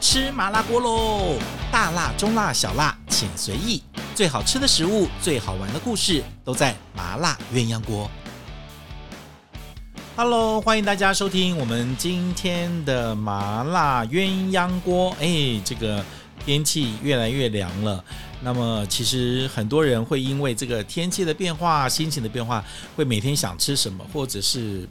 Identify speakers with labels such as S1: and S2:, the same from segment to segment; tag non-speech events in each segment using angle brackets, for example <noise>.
S1: 吃麻辣锅喽！大辣、中辣、小辣，请随意。最好吃的食物，最好玩的故事，都在麻辣鸳鸯锅。Hello，欢迎大家收听我们今天的麻辣鸳鸯锅。哎，这个天气越来越凉了。那么，其实很多人会因为这个天气的变化、心情的变化，会每天想吃什么，或者是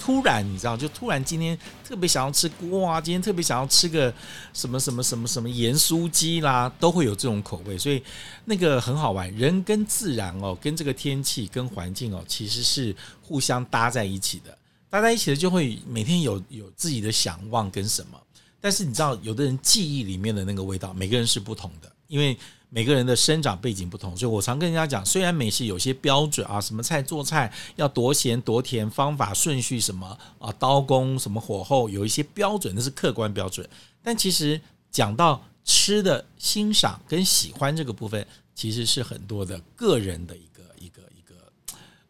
S1: 突然，你知道，就突然今天特别想要吃锅啊，今天特别想要吃个什么什么什么什么盐酥鸡啦，都会有这种口味，所以那个很好玩。人跟自然哦，跟这个天气、跟环境哦，其实是互相搭在一起的，搭在一起的就会每天有有自己的想望跟什么。但是你知道，有的人记忆里面的那个味道，每个人是不同的，因为每个人的生长背景不同，所以我常跟人家讲，虽然美食有些标准啊，什么菜做菜要多咸多甜，方法顺序什么啊，刀工什么火候，有一些标准，那是客观标准。但其实讲到吃的欣赏跟喜欢这个部分，其实是很多的个人的一个一个一个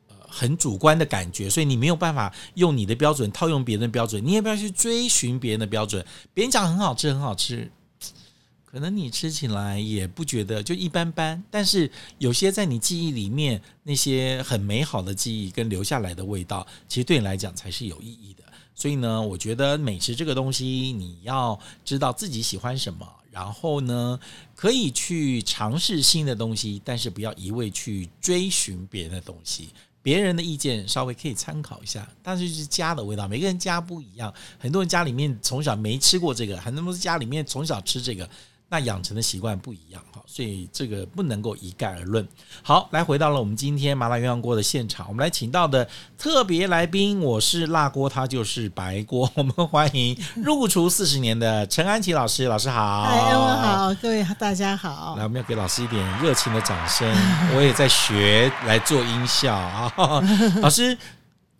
S1: 呃很主观的感觉，所以你没有办法用你的标准套用别人的标准，你也不要去追寻别人的标准。别人讲很好吃，很好吃，可能你吃起来也不觉得就一般般，但是有些在你记忆里面那些很美好的记忆跟留下来的味道，其实对你来讲才是有意义的。所以呢，我觉得美食这个东西，你要知道自己喜欢什么，然后呢，可以去尝试新的东西，但是不要一味去追寻别人的东西。别人的意见稍微可以参考一下，但是就是家的味道，每个人家不一样。很多人家里面从小没吃过这个，很多人家里面从小吃这个，那养成的习惯不一样哈，所以这个不能够一概而论。好，来回到了我们今天麻辣鸳鸯锅的现场，我们来请到的特别来宾，我是辣锅，他就是白锅。我们欢迎入厨四十年的陈安琪老师，老师好，
S2: 嗨，安文。好，各位大家好
S1: 来，。我们要给老师一点热情的掌声。 <laughs> 我也在学来做音效 <laughs> 啊，老师。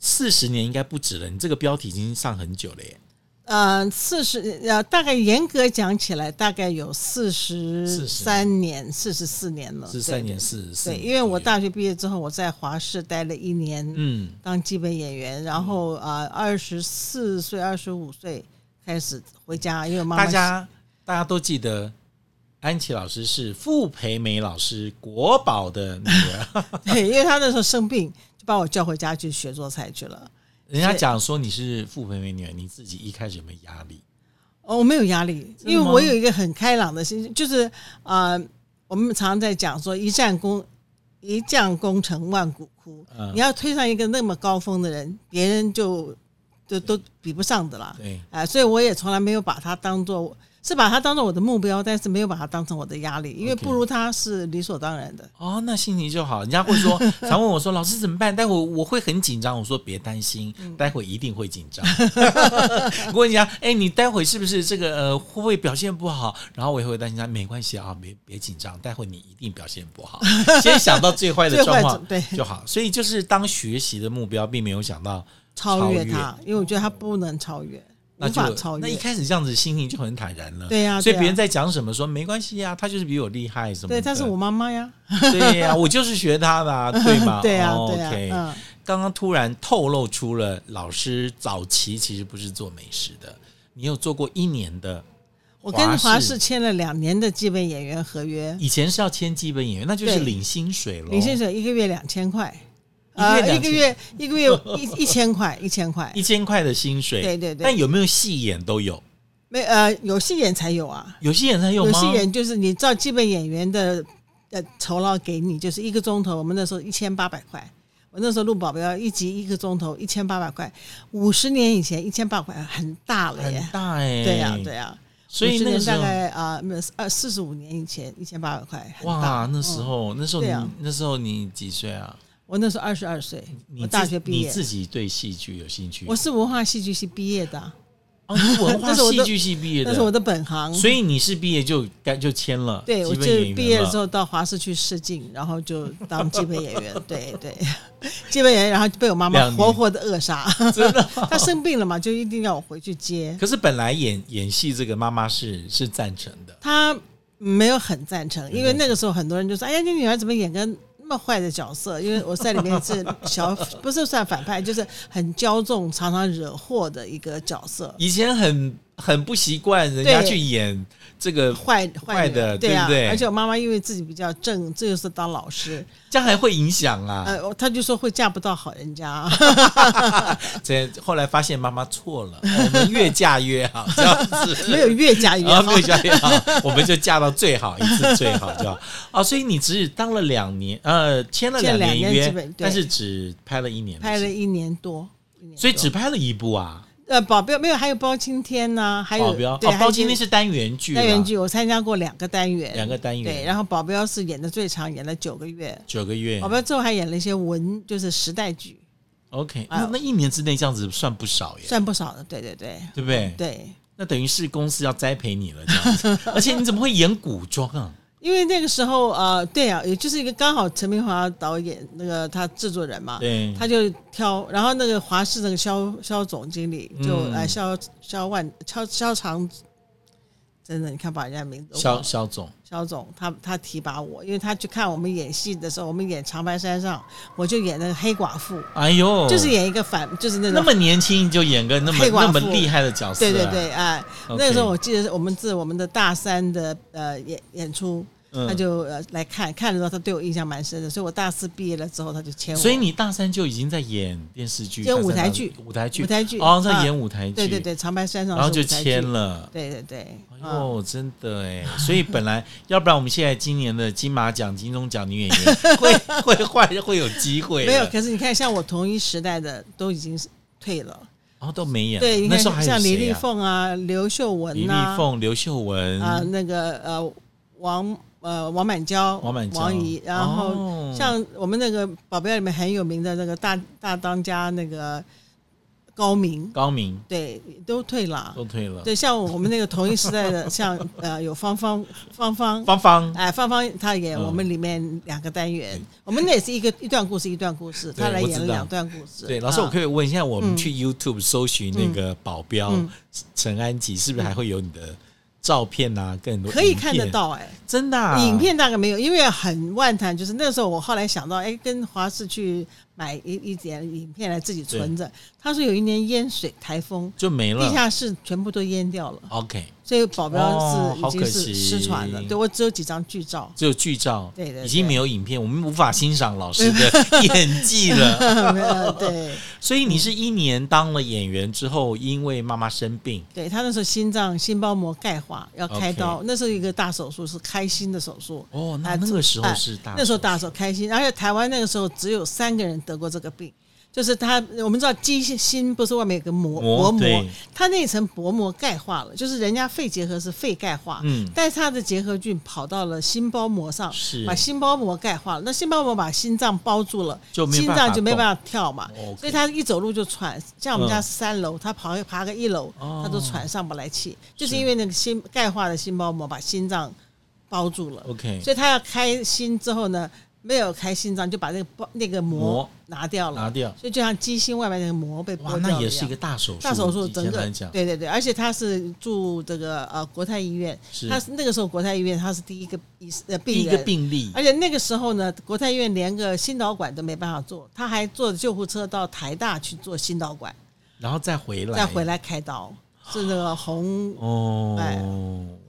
S1: 四十年应该不止了，你这个标题已经上很久了耶，
S2: 呃，四十呃，大概严格讲起来，大概有四十三年、四十四年了。
S1: 十三
S2: 哦对
S1: 年四十四
S2: 对，
S1: 年。
S2: 因为我大学毕业之后，我在华视待了一年，
S1: 嗯
S2: 当基本演员，然后啊，二十四岁、二十五岁开始回家，因为妈妈
S1: 大家大家都记得，安琪老师是傅培梅老师国宝的女儿。
S2: <laughs> 对，因为她那时候生病，就把我叫回家去学做菜去了。
S1: 人家讲说你是傅培梅女儿，你自己一开始有没有压力？
S2: 哦，我没有压力，
S1: 真的
S2: 因为
S1: 吗
S2: 我有一个很开朗的心，就是呃，我们常常在讲说一战功一将功成万骨枯，
S1: 嗯
S2: 你要推上一个那么高峰的人，别人就就都比不上的啦。
S1: 对，
S2: 啊、所以我也从来没有把它当做是把它当做我的目标，但是没有把它当成我的压力，因为
S1: OK
S2: 不如他是理所当然的。
S1: 哦，那心情就好。人家会说， <laughs> 常问我说：“老师怎么办？”待会我会很紧张。我说：“别担心，
S2: 嗯
S1: 待会一定会紧张。” <laughs> 我问人家：“哎、你待会是不是这个呃会不会表现不好？”然后我也会担心他，没关系啊，别别紧张，待会你一定表现不
S2: <laughs>
S1: 好。先想到最坏的
S2: 最坏
S1: 状况
S2: 的对
S1: 就好。所以就是当学习的目标，并没有想到
S2: 超
S1: 越哦
S2: 越他，因为我觉得他不能超越，
S1: 那
S2: 无
S1: 就
S2: 法超
S1: 那一
S2: 越。
S1: 开始这样子心情就很坦然了。
S2: 对呀
S1: 所以
S2: 对呀啊
S1: 别人在讲什么说没关系呀、他就是比我厉害什么的。
S2: 对，但是我妈妈呀， <laughs>
S1: 对呀、我就是学他的、啊，对吗？
S2: 对呀、
S1: 哦
S2: 对呀、
S1: OK
S2: 嗯。
S1: 刚刚突然透露出了老师早期其实不是做美食的，你有做过一年的，
S2: 我跟
S1: 华
S2: 华
S1: 视
S2: 视签了两年的基本演员合约，
S1: 以前是要签基本演员，那就是
S2: 对
S1: 领薪水了。
S2: 林先生一个月两千块，呃
S1: 一
S2: 一
S1: 个
S2: 个
S1: 月
S2: 月一个月一一千块，一千块
S1: 一，千块的薪水，
S2: 对对对
S1: 但有没有戏演都有，
S2: 没呃有戏演才有啊，
S1: 有戏演才有吗？
S2: 戏演就是你照基本演员的呃酬劳给你，就是一个钟头，我们那时候一千八百块。我那时候录保镖一集一个钟头一千八百块，五十年以前一千八百块很大了耶
S1: 很，大哎、
S2: 对呀、对呀、
S1: 所以
S2: 50
S1: 那个
S2: 年
S1: 时
S2: 大
S1: 候。
S2: 概啊没有呃四十五年以前一千八百块，很大嗯
S1: 哇，那时候，那时候你、
S2: 对啊
S1: 那时候你几岁啊？
S2: 我那时候二十二岁，
S1: 你
S2: 我
S1: 自
S2: 大学毕
S1: 你
S2: 业，
S1: 自己对戏剧有兴趣？
S2: 我是文化戏剧系毕业的啊，
S1: 哦，你是
S2: <laughs>
S1: 文化
S2: 这是我
S1: 戏
S2: 的
S1: 剧系毕业
S2: 那是我
S1: 的，
S2: 的本行。
S1: 所以你是毕业就该就签了基本演
S2: 嗯对，
S1: 员
S2: 我
S1: 了，
S2: 就毕业之后到华视去试镜，然后就当基本演
S1: <laughs>
S2: 员。对对， <laughs> 基本演员，然后就被我妈妈
S1: 两年
S2: 活活的扼杀。
S1: 真
S2: <laughs>
S1: 的哦、
S2: 她生病了嘛，就一定要我回去接。
S1: 可是本来演演戏这个妈妈是是赞成的，
S2: 她没有很赞成，
S1: 嗯
S2: 因为那个时候很多人就说：“哎呀，你女儿怎么演个那么坏的角色？”因为我在里面是小， <laughs> 不是算反派，就是很骄纵、常常惹祸的一个角色。
S1: 以前很很不习惯人家
S2: 对
S1: 去演这个，
S2: 坏
S1: 坏的
S2: 对啊
S1: 对不对
S2: 而且我妈妈因为自己比较正，这就是当老师，
S1: 这样还会影响啊。呃
S2: 呃，她就说会嫁不到好人家。
S1: 这后来发现妈妈错了，哦我们越嫁越好，这样子
S2: <laughs> <laughs> 没有越嫁越
S1: 啊，
S2: 好
S1: 没。有嫁越好，我们就嫁到最好一次最好
S2: <laughs>
S1: 就好啊。所以你只当了两年，呃，签了
S2: 签
S1: 两
S2: 两
S1: 年
S2: 年基
S1: 约
S2: 本，对
S1: 但是只拍了一年的戏，
S2: 拍了一年多，一年多
S1: 所以只拍了一部啊。
S2: 呃保镖没有，还有包青天呐、还有
S1: 保镖
S2: 对
S1: 哦，
S2: 还有
S1: 包今天是单元剧啦，
S2: 单元剧，我参加过两个单元，
S1: 两个单元
S2: 对，然后保镖是演的最长，演了九个月。
S1: 九个月
S2: 保。镖之后还演了一些文，就是时代剧，
S1: OK，
S2: 啊
S1: 那那一年之内这样子算不少耶，
S2: 算不少的。对对对
S1: 对不对？
S2: 对，
S1: 那等于是公司要栽培你了这样
S2: <laughs>
S1: 子，而且你怎么会演古装啊？
S2: 因为那个时候呃，对啊，也就是一个刚好陈明华导演那个他制作人嘛，
S1: 对，
S2: 他就挑，然后那个华视那个肖肖总经理就
S1: 嗯
S2: 呃肖肖万肖肖长，真的你看把人家名字忘
S1: 肖
S2: 了
S1: 肖总，
S2: 肖总他他提拔我，因为他去看我们演戏的时候，我们演《长白山上》，我就演那个黑寡妇，
S1: 哎呦，
S2: 就是演一个反，就是那
S1: 那
S2: 种。
S1: 么年轻就演个那么
S2: 黑寡
S1: 那
S2: 妇
S1: 么厉害的角色，啊
S2: 对对，对，哎、
S1: OK
S2: 那个时候我记得是我们自我们的大三的呃演演出，
S1: 嗯
S2: 他就呃来看，看了之后他对我印象蛮深的，所以我大四毕业了之后他就签我，
S1: 所以你大三就已经在演电视剧，
S2: 演
S1: 大三
S2: 舞台
S1: 到
S2: 剧
S1: 舞台剧，
S2: 舞台剧
S1: 哦，在
S2: 啊
S1: 演舞台剧，
S2: 对对，对，《长白山上》
S1: 然后
S2: 是
S1: 就
S2: 舞台剧啊
S1: 签，了。
S2: 对对对，
S1: 哎
S2: 嗯
S1: 呦，真的哎！所以本来，要不然我们现在今年的金马奖、金钟奖女演
S2: <laughs>
S1: 员会会会会有机会了，
S2: 没有，可是你看，像我同一时代的都已经是退了，
S1: 哦都没演了。
S2: 对，你
S1: 那
S2: 看
S1: 时候还有
S2: 像李
S1: 谁
S2: 丽
S1: 啊、
S2: 凤啊、刘秀文
S1: 李
S2: 呐、
S1: 丽凤、刘秀文
S2: 啊、那个呃王呃王满娇、
S1: 王满娇
S2: 王怡，然后
S1: 哦
S2: 像我们那个保镖里面很有名的那个大大当家那个高明，
S1: 高明
S2: 对，都退了。
S1: 都退了，
S2: 对，像我们那个同一时代的，像呃有芳芳芳芳。
S1: 芳芳
S2: 哎，芳芳她演
S1: 嗯
S2: 我们里面两个单元，我们那也是一个一段故事一段故事，
S1: 对
S2: 她来
S1: 我
S2: 演
S1: 知
S2: 了
S1: 道
S2: 两段故事。
S1: 对，老师，
S2: 啊
S1: 我可以问一下，我们去 YouTube 搜寻那个保镖
S2: 嗯
S1: 陈安吉，是不是还会有你的照片啊？更多
S2: 可以
S1: 影
S2: 看得
S1: 片，
S2: 到哎、
S1: 真的啊
S2: 影片大概没有，因为很万谈，就是那时候我后来想到，哎，跟华视去买一一点影片来自己存着。他说有一年淹水台风，
S1: 就没
S2: 地
S1: 了。
S2: 下室全部都淹掉了，
S1: OK，
S2: 所以保镖
S1: 哦
S2: 是
S1: 好
S2: 已经
S1: 可
S2: 是
S1: 惜，
S2: 失传了。对我只有几张剧
S1: <laughs>
S2: 照 <laughs>
S1: 只有剧照，
S2: 对对
S1: 已经
S2: 对
S1: 没有影片，我们无法欣赏老师
S2: <laughs>
S1: 的演技了。
S2: 呃对
S1: 所以你是一年当了演员之后，因为妈妈生病，
S2: 对，他那时候心脏心包膜钙化要开刀那时候一个大手术是开心的手术。
S1: 哦，那
S2: 哎
S1: 那个时候
S2: 哎
S1: 是大，
S2: 那时候大手开心，而且台湾那个时候只有三个人得过这个病，就是他，我们知道鸡心不是外面有个膜
S1: 膜
S2: 薄膜
S1: 对，
S2: 它那层薄膜钙化了，就是人家肺结核是肺钙化，
S1: 嗯
S2: 但是它的结核菌跑到了心包膜上，
S1: 是
S2: 把心包膜钙化了，那心包膜把心脏包住了，
S1: 就没有
S2: 心
S1: 办法
S2: 脏就没
S1: 动
S2: 办法跳嘛，
S1: OK
S2: 所以他一走路就喘，像我
S1: 嗯
S2: 们家是三楼，他爬爬个一楼，
S1: 哦
S2: 他都喘上不来气，就是
S1: 是
S2: 因为那个心钙化的心包膜把心脏包住了。
S1: OK
S2: 所以他要开心之后呢，没有开心脏，就把那个包那个膜
S1: 膜
S2: 拿掉了，
S1: 拿掉
S2: 所以就像鸡心外面那个膜被
S1: 哇，
S2: 剥掉
S1: 那
S2: 了
S1: 也
S2: 一
S1: 是一
S2: 样
S1: 个。大手术，
S2: 大手术，
S1: 以
S2: 整
S1: 前
S2: 个
S1: 来讲
S2: 对对对，而且他是住这个呃国泰医院，
S1: 是
S2: 他是那个时候国泰医院他是第一个医呃
S1: 第
S2: 病
S1: 一个
S2: 人，哎
S1: 病例
S2: 而且那个时候呢，国泰医院连个心导管都没办法做，他还坐救护车到台大去做心导管，
S1: 然后再回来，
S2: 再回来开刀，是那个红
S1: 哦，
S2: 哎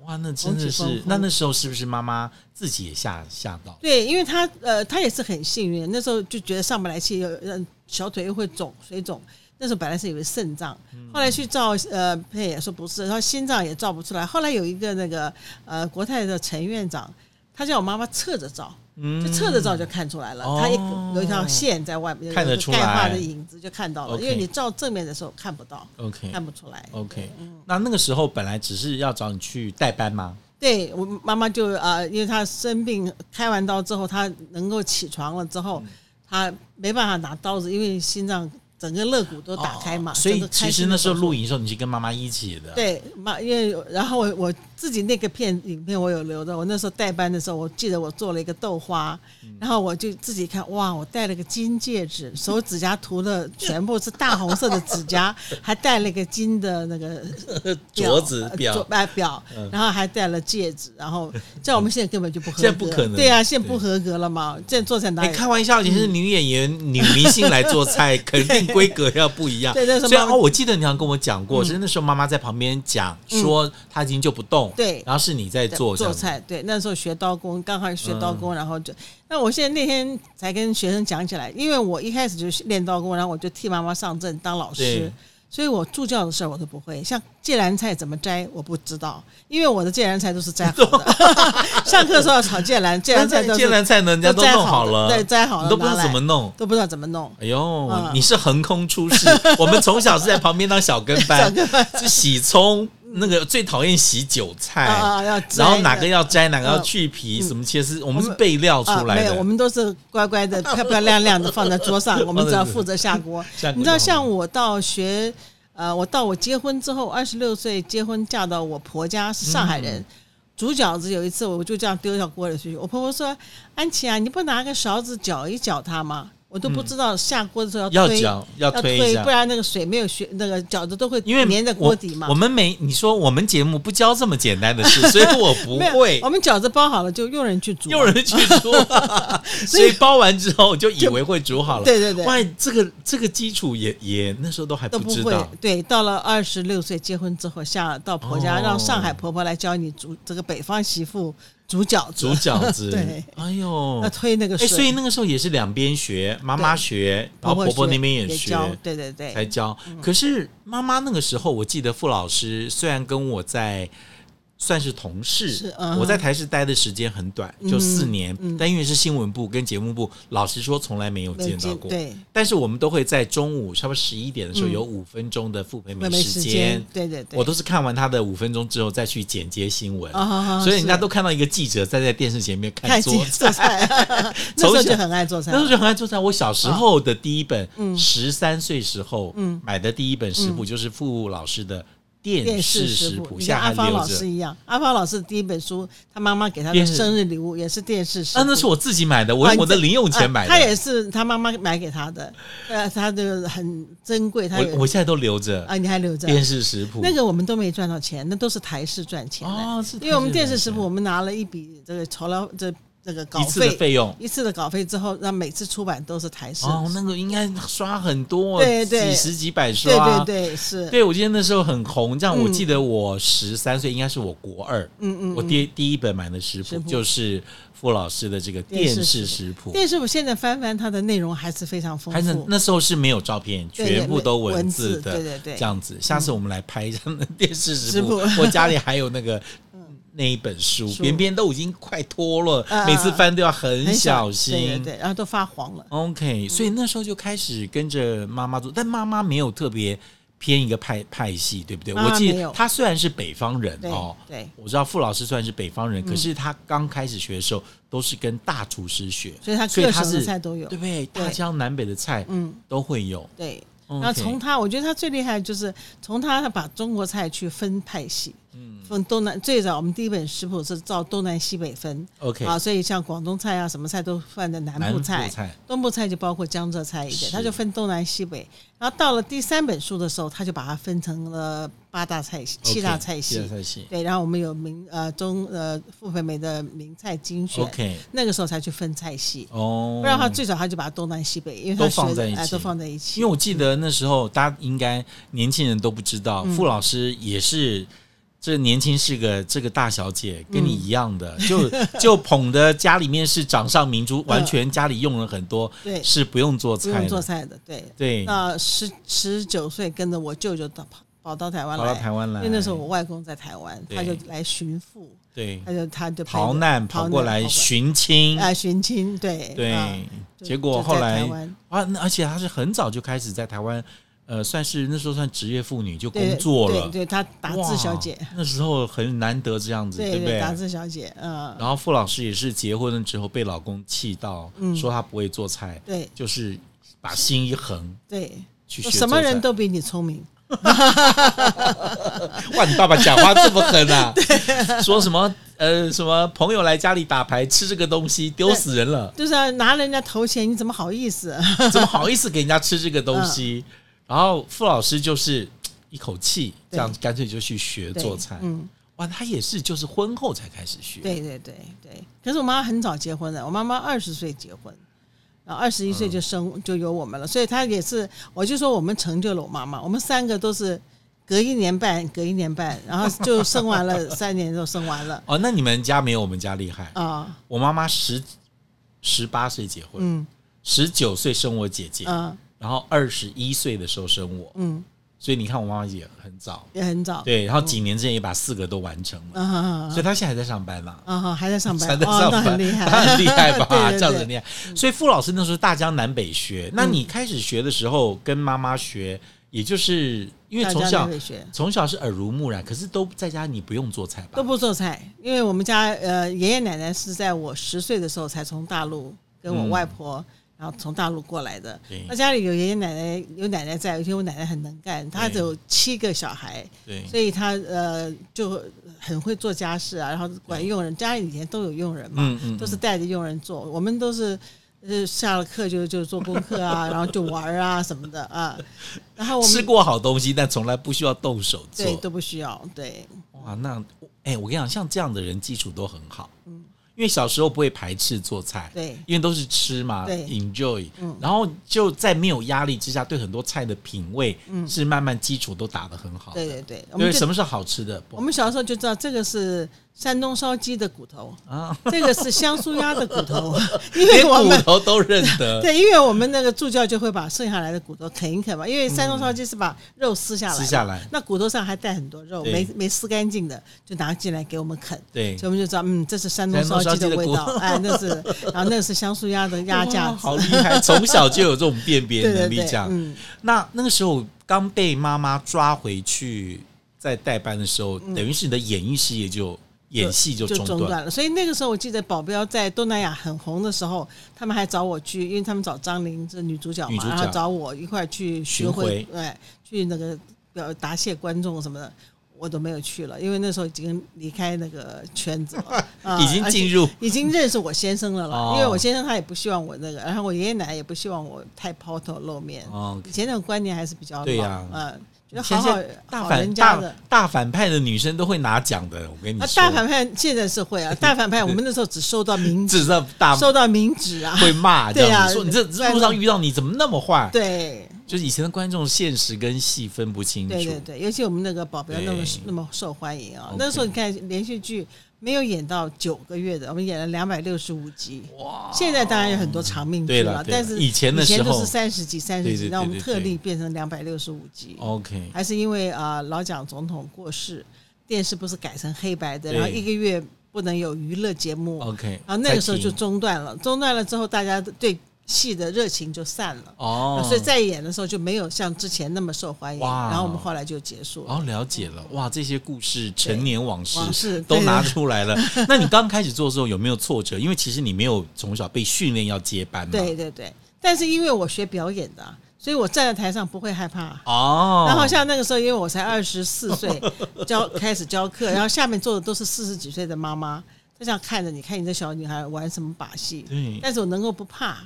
S1: 哇，那真的
S2: 红起
S1: 是
S2: 风，
S1: 那那时候是不是妈妈自己也吓吓到？
S2: 对，因为他呃，他也是很幸运，那时候就觉得上不来气，有呃小腿又会肿水肿。那时候本来是以为肾脏，
S1: 嗯
S2: 后来去照呃配也说不是，然后心脏也照不出来。后来有一个那个呃国泰的陈院长，他叫我妈妈侧着照，
S1: 嗯
S2: 就侧着照就看出来了。
S1: 哦
S2: 他一个有一条线在外面，
S1: 看得
S2: 有一个
S1: 出来
S2: 钙化的影子就看到了，
S1: OK
S2: 因为你照正面的时候看不到，
S1: ，OK
S2: 看不出来。
S1: OK，那
S2: 嗯
S1: 那个时候本来只是要找你去代班吗？
S2: 对我妈妈就呃，因为她生病开完刀之后，她能够起床了之
S1: 嗯
S2: 后，她没办法拿刀子，因为心脏整个肋骨都打开嘛。
S1: 哦所以
S2: 整个开
S1: 其实
S2: 心的
S1: 那时候
S2: 手术
S1: 录影的时候你是跟妈妈一起的，，
S2: 对妈，因为然后我我自己那个片影片我有留着，我那时候代班的时候，我记得我做了一个豆花，
S1: 嗯
S2: 然后我就自己看，哇，我戴了个金戒指，手指甲涂的全部是大红色的指甲，还戴了一个金的那个
S1: 镯子
S2: 呃
S1: 表嗯
S2: 镯哎表，然后还戴了戒指，
S1: <laughs>
S2: 然后在我们现在根本就不合格，
S1: 现在不可能
S2: 对啊，现在不合格了嘛，现在做成哪
S1: 哎、
S2: 里？ <laughs>
S1: 开玩笑，其实女演员、女明星来做菜，肯定规格要不一样。
S2: 对那时候
S1: 所以
S2: 妈妈嗯
S1: 哦，我记得你好像跟我讲过，是那时候妈妈在旁边讲说她已经就不动，
S2: 对
S1: 然后是你在做嗯这
S2: 做
S1: 样子，
S2: 菜，对，那时候学刀工，刚开始学刀工，然后就，那我现在那天才跟学生讲起来，因为我一开始就是练刀工，然后我就替妈妈上阵当老师
S1: 对，
S2: 所以我助教的事儿我都不会，像芥蓝菜怎么摘我不知道，因为我的芥蓝菜都是摘好
S1: <laughs>
S2: 的， <laughs> 上课的时候要炒芥蓝，芥蓝菜都
S1: 芥
S2: 是
S1: 蓝菜呢，人家都
S2: 摘
S1: 弄
S2: 好的
S1: 了，
S2: 对，摘好了，
S1: 你都不知道
S2: 拿来
S1: 怎么弄。
S2: 都不知道怎么弄，
S1: 哎呦
S2: 嗯，
S1: 你是横空出世。我们从小是在旁边当小跟班，是洗葱，那个最讨厌洗韭菜，嗯
S2: 啊啊要摘
S1: 哎然后哪个要摘，哪个要
S2: 嗯
S1: 去皮，
S2: 嗯
S1: 什么切丝，我们是备料出
S2: 啊。
S1: 来
S2: 没有，
S1: 的
S2: 我。们都是乖乖
S1: <laughs>
S2: 的、漂漂亮亮的放在桌上，我们只要负责下锅。
S1: 下锅
S2: 你知道，
S1: 就好
S2: 像我到学，呃，我到我结婚之后，二十六岁结婚嫁到我婆家是上海
S1: 嗯
S2: 人。煮饺子有一次，我就这样丢到锅里去。我婆婆说：“安琪啊，你不拿个勺子搅一搅它吗？”我都不知道下锅的时候
S1: 嗯要
S2: 推，
S1: 搅要
S2: 要
S1: 推一下
S2: 不然那个水没有学，那个饺子都会
S1: 因为
S2: 粘在锅底嘛
S1: 我。我。们没你说我们节目不教这么简单的事，所以我不
S2: 没有
S1: 会
S2: 我。们饺子包好了就用人去煮啊。
S1: 有人
S2: <laughs>
S1: 去煮，所以包完之后就以为会煮好了。
S2: 对对对
S1: 哇，这个这个基础也也那时候都还
S2: 都不
S1: 知
S2: 会
S1: 道。。
S2: 对，到了二十六岁结婚之后，下到婆家、
S1: 哦
S2: 让上海婆婆来教你煮这个北方媳妇煮饺子，
S1: 煮饺子，
S2: <laughs> 对，
S1: 哎呦，
S2: 要推那个
S1: 哎，
S2: 水，
S1: 所以那个时候也是两边学，妈妈学，然
S2: 婆
S1: 后啊婆婆
S2: 学
S1: 那边也学，
S2: 教，对对对，嗯
S1: 才教。可是妈妈那个时候，我记得傅老师虽然跟我在。算是同事，
S2: 是嗯哼嗯
S1: 我在台视待的时间很短，就四年，但因为是新闻部跟节目部，老实说从来没有见到过。
S2: 对，嗯
S1: 但是我们都会在中午差不多十一点的时候、有五分钟的傅培梅
S2: 没没
S1: 时
S2: 时
S1: 间
S2: 间，，对对对，
S1: 我都是看完他的五分钟之后再去剪接新闻，
S2: 啊啊啊
S1: 所以人家
S2: 是
S1: 都看到一个记者站在电视前面看
S2: 看自
S1: 桌
S2: 己做菜， <laughs> 那时
S1: 从
S2: 候
S1: 小
S2: 就很爱做菜
S1: 那时，候就很爱做菜。我小时候的第一本，
S2: 嗯
S1: 十三岁时候买的第一本食谱就是傅老师的电
S2: 电
S1: 视
S2: 视
S1: 食
S2: 谱，
S1: 谱，
S2: 你
S1: 现在
S2: 看阿
S1: 还
S2: 芳
S1: 留
S2: 老
S1: 着
S2: 师。一样，阿芳老师的第一本书，他妈妈给他
S1: 电
S2: 的
S1: 视
S2: 生日礼物也是电视食谱，
S1: 啊，那是我自己买的，我
S2: 啊
S1: 用我的
S2: 你这
S1: 零用钱买
S2: 啊他
S1: 的，
S2: 也是他妈妈买给他的，呃，他这个很珍贵，他也
S1: 我我现在都留着
S2: 啊，你还留着
S1: 电视食谱。
S2: 那个我们都没赚到钱，那都是台式赚钱的。
S1: 哦，是
S2: 因为我们
S1: 电
S2: 电视食谱，我们拿了一笔这个酬劳，这这个稿
S1: 一次的费用。
S2: 一次的稿费之后，让每次出版都是台式。
S1: 哦，那个应该刷很多，
S2: 对对
S1: 几十几百刷。
S2: 对对对，是，
S1: 对，我记得那时候很红，这样我
S2: 嗯
S1: 记得我十三岁，应该是我国二，嗯嗯，我第第一本买的食谱
S2: 食谱
S1: 就是傅老师的这个
S2: 电
S1: 电
S2: 视
S1: 视
S2: 食
S1: 食谱，
S2: 电视我现在翻翻它的内容还是非常丰
S1: 还是
S2: 富。
S1: 那时候是没有照片，
S2: 对对
S1: 全部都
S2: 文
S1: 字
S2: 字
S1: 的，
S2: 对对对嗯
S1: 这样子。下次我们来拍一下那电视食
S2: 食
S1: 谱
S2: 谱，嗯
S1: 我家里还有那
S2: <laughs>
S1: 个。那一本书
S2: 书
S1: 边边都已经快脱了，
S2: 啊
S1: 每次翻都要很
S2: 很
S1: 小
S2: 对
S1: 心
S2: 对。对，然后都发黄了。
S1: OK，所
S2: 嗯
S1: 以那时候就开始跟着妈妈做，但妈妈没有特别偏一个派派系，对不对？
S2: 妈妈
S1: 我记
S2: 没
S1: 得
S2: 有
S1: 她虽然是北方人
S2: 对
S1: 哦，
S2: 对，嗯
S1: 我知道傅老师虽然是北方人，可是他刚开始学的时候都是跟大厨师学，
S2: 所以它
S1: 所以
S2: 各
S1: 他
S2: 省的
S1: 是
S2: 菜都有
S1: 对。不对？
S2: 对
S1: 大江南北的菜
S2: 嗯，
S1: 都会有。
S2: 对。
S1: OK
S2: 然后从他，我觉得他最厉害的就是从他把中国菜去分派系，嗯，分东南最早我们第一本食谱是照东南西北分
S1: OK
S2: 啊，所以像广东菜啊什么菜都放在南
S1: 南
S2: 部
S1: 部
S2: 菜，
S1: 菜
S2: 东部菜就包括江浙菜一
S1: 是
S2: 点，他就分东南西北。然后到了第三本书的时候，他就把它分成了八大菜系、七大
S1: OK，
S2: 菜
S1: 七
S2: 系
S1: 大，菜系。
S2: 对，然后我们有名呃中呃傅培梅的名菜精选
S1: OK
S2: 那个时候才去分菜系。
S1: 哦，
S2: 不然的话，最早他就把东南西北，因为
S1: 都
S2: 他
S1: 放
S2: 学
S1: 在
S2: 的
S1: 一
S2: 哎
S1: 起
S2: 都放在一起
S1: 因为。我记得那时候大家应该年轻人都不知
S2: 嗯
S1: 道，傅老师也是。这年轻是个这个大小姐，跟
S2: 嗯
S1: 你一样的，就就捧的家里面是掌上明珠，完全家里用了很多，
S2: 嗯对
S1: 是不用做
S2: 不
S1: 菜
S2: 用
S1: 的，
S2: 做菜的，对。
S1: 对，跑
S2: 那十十九岁跟着我舅舅到跑跑到台湾
S1: 到
S2: 来，
S1: 台湾来，
S2: 因为那时候我外公在台湾，
S1: 对
S2: 他就来寻父，
S1: 对
S2: 他就他就
S1: 逃难
S2: 跑
S1: 跑过来寻亲，
S2: 啊寻亲，对
S1: 对，
S2: 啊就
S1: 结果
S2: 就在
S1: 后来
S2: 台湾
S1: 啊，那而且她是很早就开始在台湾，呃，算是那时候算职业妇女就
S2: 对
S1: 工作
S2: 对
S1: 了，
S2: 对他打字小姐，
S1: 哇，那时候很难得这样子，
S2: 对
S1: 不对？
S2: 打字小姐，嗯，
S1: 然后傅老师也是结婚了之后被老公气到，说他不会做菜，
S2: 嗯对
S1: 就是把心一横
S2: 对，
S1: 去学
S2: 什么
S1: 做菜
S2: 人都比你聪明，
S1: 哇，你爸爸讲话这么狠
S2: <laughs>
S1: 啊！说什么呃什么朋友来家里打牌吃这个东西丢死人
S2: <laughs>
S1: 了，
S2: 就是要拿人家头钱，你怎么好意思？啊
S1: 怎么好意思给人家吃这个东西？
S2: 嗯
S1: 然后傅老师就是嘖一口气这
S2: 对
S1: 样，干脆就去学
S2: 对
S1: 做菜。
S2: 嗯，
S1: 哇，他也是就是婚后才开始学，
S2: 对对对对。可是我妈很早结婚的，我妈妈二十岁结婚，然后二十一
S1: 嗯
S2: 岁就生、就有我们了，所以他也是，我就说我们成就了我妈妈，我们三个都是隔一年半，隔一年半，然后就生
S1: <laughs>
S2: 完了，三年就生完了
S1: 哦，那你们家没有我们家厉害。
S2: 啊，
S1: 我妈妈十十八岁结婚，
S2: 嗯
S1: 十九、岁生我姐姐，
S2: 嗯
S1: 然后二十一岁的时候生我，
S2: 嗯，
S1: 所以你看我妈妈也很早。
S2: 也很早，
S1: 对，然后几年之内也把四个都完成了，
S2: 嗯，啊
S1: 所以她现在还在上班啦。
S2: 啊，还在上班，
S1: 还在上
S2: 哦，那
S1: 班，
S2: 很厉
S1: <laughs>
S2: 害，
S1: 她很厉害吧？
S2: <laughs> 对对
S1: 这样子
S2: 对
S1: 很厉害。所以傅老师那时候大江南北学，那
S2: 嗯
S1: 你开始学的时候跟妈妈学，也就是因为
S2: 大
S1: 从
S2: 家
S1: 小
S2: 都会学
S1: 从小是耳濡目染，可是都在家你不用做菜吧？
S2: 都不做菜，因为我们家呃爷爷奶奶是在我十岁的时候才从大陆跟我外婆，然后从大陆过来的
S1: 嗯对。
S2: 那家里有爷爷奶奶有奶奶在，而且我奶奶很能干，她
S1: 对
S2: 有七个小孩，
S1: 对，
S2: 所以她呃就很会做家事啊，然后管用人，家里以前都有佣人嘛，
S1: 嗯嗯
S2: 都是带着佣人做，我们都是。呃，下了课就就做功
S1: <laughs>
S2: 课啊，然后就玩儿啊什么的啊，然后我
S1: 吃
S2: 们
S1: 过好东西，但从来不需要动手做。
S2: 对都不需要，对
S1: 哇，那哎、我跟你讲，像这样的人基础都很好，嗯因为小时候不会排斥做菜，
S2: 对
S1: 因为都是吃嘛
S2: 对嗯
S1: ，enjoy，、然后就在没有压力之下，对很多菜的品味、是慢慢基础都打得很好的。
S2: 嗯对对对，我
S1: 因为
S2: 们就
S1: 什么是好吃的？不
S2: 我们小时候就知道这个是山东烧鸡的骨头， <laughs>
S1: 啊，
S2: 这个是香酥鸭的骨头，因为
S1: 连
S2: 我
S1: 骨
S2: 们
S1: 头都认得， <laughs>
S2: 对，因为我们那个助教就会把剩下来的骨头啃一啃嘛，因为山东烧鸡是把肉撕下来嘛，
S1: 撕下来
S2: 那骨头上还带很多肉，
S1: 对
S2: 没没撕干净的就拿进来给我们啃。
S1: 对
S2: 所以我们就知道，嗯，这是山东
S1: 山东
S2: 烧
S1: 烧
S2: 鸡的
S1: 鸡的
S2: 味
S1: 骨
S2: 道，哎，那是，然后那是香酥鸭的鸭架
S1: 哇
S2: 子，
S1: 好厉害！从小就有这种辨别
S2: 对对
S1: 能力，
S2: 对
S1: 这，样。
S2: 嗯，
S1: 那那个时候刚被妈妈抓回去在代班的时候，等于是你的演艺事业就演戏就
S2: 嗯就
S1: 中
S2: 中
S1: 断。
S2: 断了。所以那个时候，我记得保镖在东南亚很红的时候，他们还找我去，因为他们找张琳这女主角嘛，
S1: 女主角
S2: 然后找我一块儿去学
S1: 巡回
S2: 会，对，去那个表答谢观众什么的，我都没有去了，因为那时候已经离开那个圈子
S1: <laughs>
S2: 了，啊
S1: 已经进入
S2: 而且已经认识我先生了了，
S1: 哦
S2: 因为我先生他也不希望我那个，然后我爷爷奶奶也不希望我太抛头露面，
S1: 哦
S2: 以前那种观念还是比较老
S1: 对呀
S2: 嗯，觉得
S1: 现
S2: 好
S1: 在
S2: 好
S1: 大
S2: 好
S1: 反
S2: 人家
S1: 大
S2: 的。
S1: 大反派的女生都会拿奖的，我跟你
S2: 啊
S1: 说，，
S2: 大反派现在是会啊，大反派我们那时候只收到
S1: <laughs>
S2: 名字，
S1: 只知道大
S2: 收到名指啊，
S1: 会骂这
S2: <laughs> 对
S1: 样
S2: 啊
S1: 子，说你这
S2: 在
S1: 这路上遇到你怎么那么坏？
S2: 对
S1: 就是以前的观众现实跟戏分不清楚，
S2: 对对对，尤其我们那个保镖那么
S1: 对
S2: 那么受欢迎啊
S1: OK，
S2: 那时候你看连续剧没有演到九个月的，我们演了两百六十五集。
S1: 哇
S2: 现在当然有很多长命
S1: 对
S2: 剧
S1: 了对了
S2: 但是
S1: 以前的
S2: 以前
S1: 时候
S2: 都是三十集、三
S1: 对
S2: 十
S1: 对对
S2: 集，那我们
S1: 对
S2: 特
S1: 对哦
S2: 例变成两百六十五集。
S1: ，OK，
S2: 还是因为啊、呃老蒋总统过世，电视不是改成黑白的，
S1: 对哦
S2: 然后一个月不能有娱乐节目
S1: OK，
S2: 然后啊那个时候
S1: 才
S2: 就
S1: 停
S2: 中断了。中断了之后，大家对戏的热情就散了。啊
S1: 哦，
S2: 所以再演的时候就没有像之前那么受欢迎。
S1: 哇
S2: 然后我们后来就结束了。
S1: 哦，了解了，哇，这些故事、陈年往事
S2: 往事
S1: 都
S2: 对
S1: 拿
S2: 对
S1: 出来了。 <laughs> 那你刚开始做的时候有没有挫折？因为其实你没有从小被训练要接班嘛。
S2: 对，对对，但是因为我学表演的啊，所以我站在台上不会害怕。
S1: 哦，
S2: 然后像那个时候，因为我才二十
S1: <laughs>
S2: 四岁教开始教课，然后下面坐的都是四十几岁的妈妈，就这样看着你看你这小女孩玩什么把戏。
S1: 对
S2: 但是我能够不怕，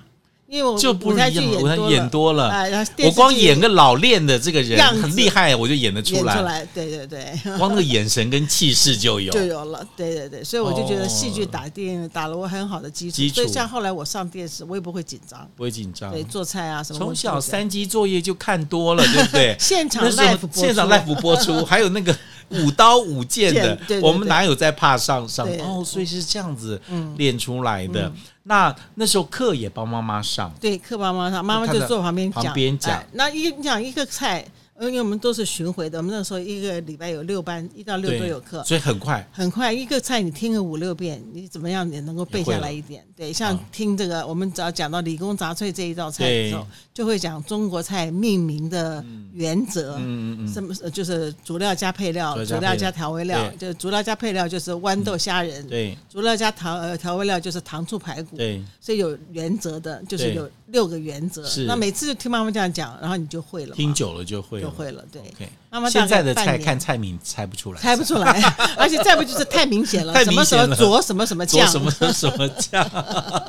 S2: 因为我
S1: 就不
S2: 舞台
S1: 一
S2: 剧
S1: 样了，我
S2: 演多
S1: 想
S2: 了，
S1: 演多了，
S2: 哎然后电
S1: 我
S2: 视
S1: 光
S2: 剧
S1: 演个老练的这个人
S2: 样
S1: 很
S2: 子
S1: 厉害，我就演得
S2: 演
S1: 出
S2: 出
S1: 来，
S2: 来，对对对。
S1: 光那个眼神跟气势就有。
S2: 就有了，对对对，所以我就觉
S1: 哦
S2: 得戏剧打电影打了我很好的基础，
S1: 基础
S2: 所以像后来我上电视，我也不会紧张，
S1: 不会紧张
S2: 对，，做菜啊什么，
S1: 从小
S2: 我都不会？
S1: 三基作业就看多了，对不对
S2: <laughs> 现场
S1: 那时候
S2: live 播出
S1: 现场 live 播
S2: <laughs>
S1: 出，还有那个舞刀舞剑的
S2: 剑，对对
S1: 我们哪有在怕上上
S2: 对嗯
S1: 哦？所以是这样子练出来的。那那时候课也帮妈妈上，
S2: 对，课帮妈妈上，妈妈
S1: 看到
S2: 就坐旁边讲，
S1: 旁边讲
S2: 哎那一你讲一个菜，因为我们都是巡回的，我们那时候一个礼拜有六班，一到六
S1: 对
S2: 都有课，
S1: 所以很快
S2: 很快一个菜你听个五六遍，你怎么样也能够背下来一点。对，像
S1: 啊
S2: 听这个，我们只要讲到理工杂碎这一道菜的时候
S1: 对，
S2: 就会讲中国菜命名的原则，
S1: 嗯嗯嗯
S2: 什么呃就是主料加配料，
S1: 主
S2: 主
S1: 料加配料
S2: 料加调味料，
S1: 对
S2: 就是主料加配料就是豌豆虾仁，
S1: 对
S2: 主料加糖呃调味料就是糖醋排骨，
S1: 对
S2: 所以有原则的，就是
S1: 对
S2: 有六个原则
S1: 是。
S2: 那每次就听妈妈这样讲，然后你就会了嘛，
S1: 听久了就会
S2: 就
S1: 了。
S2: 会了，对。
S1: OK，
S2: 妈妈大
S1: 现
S2: 概
S1: 在的菜
S2: 半年
S1: 看菜名猜不出来，
S2: 猜不出来， <laughs> 而且再不就是太明显了，
S1: 太
S2: 什
S1: 明
S2: 么
S1: 显
S2: 什
S1: 了
S2: 么佐什么 <laughs> 什么
S1: 做
S2: 酱，
S1: 什么什么酱， <laughs>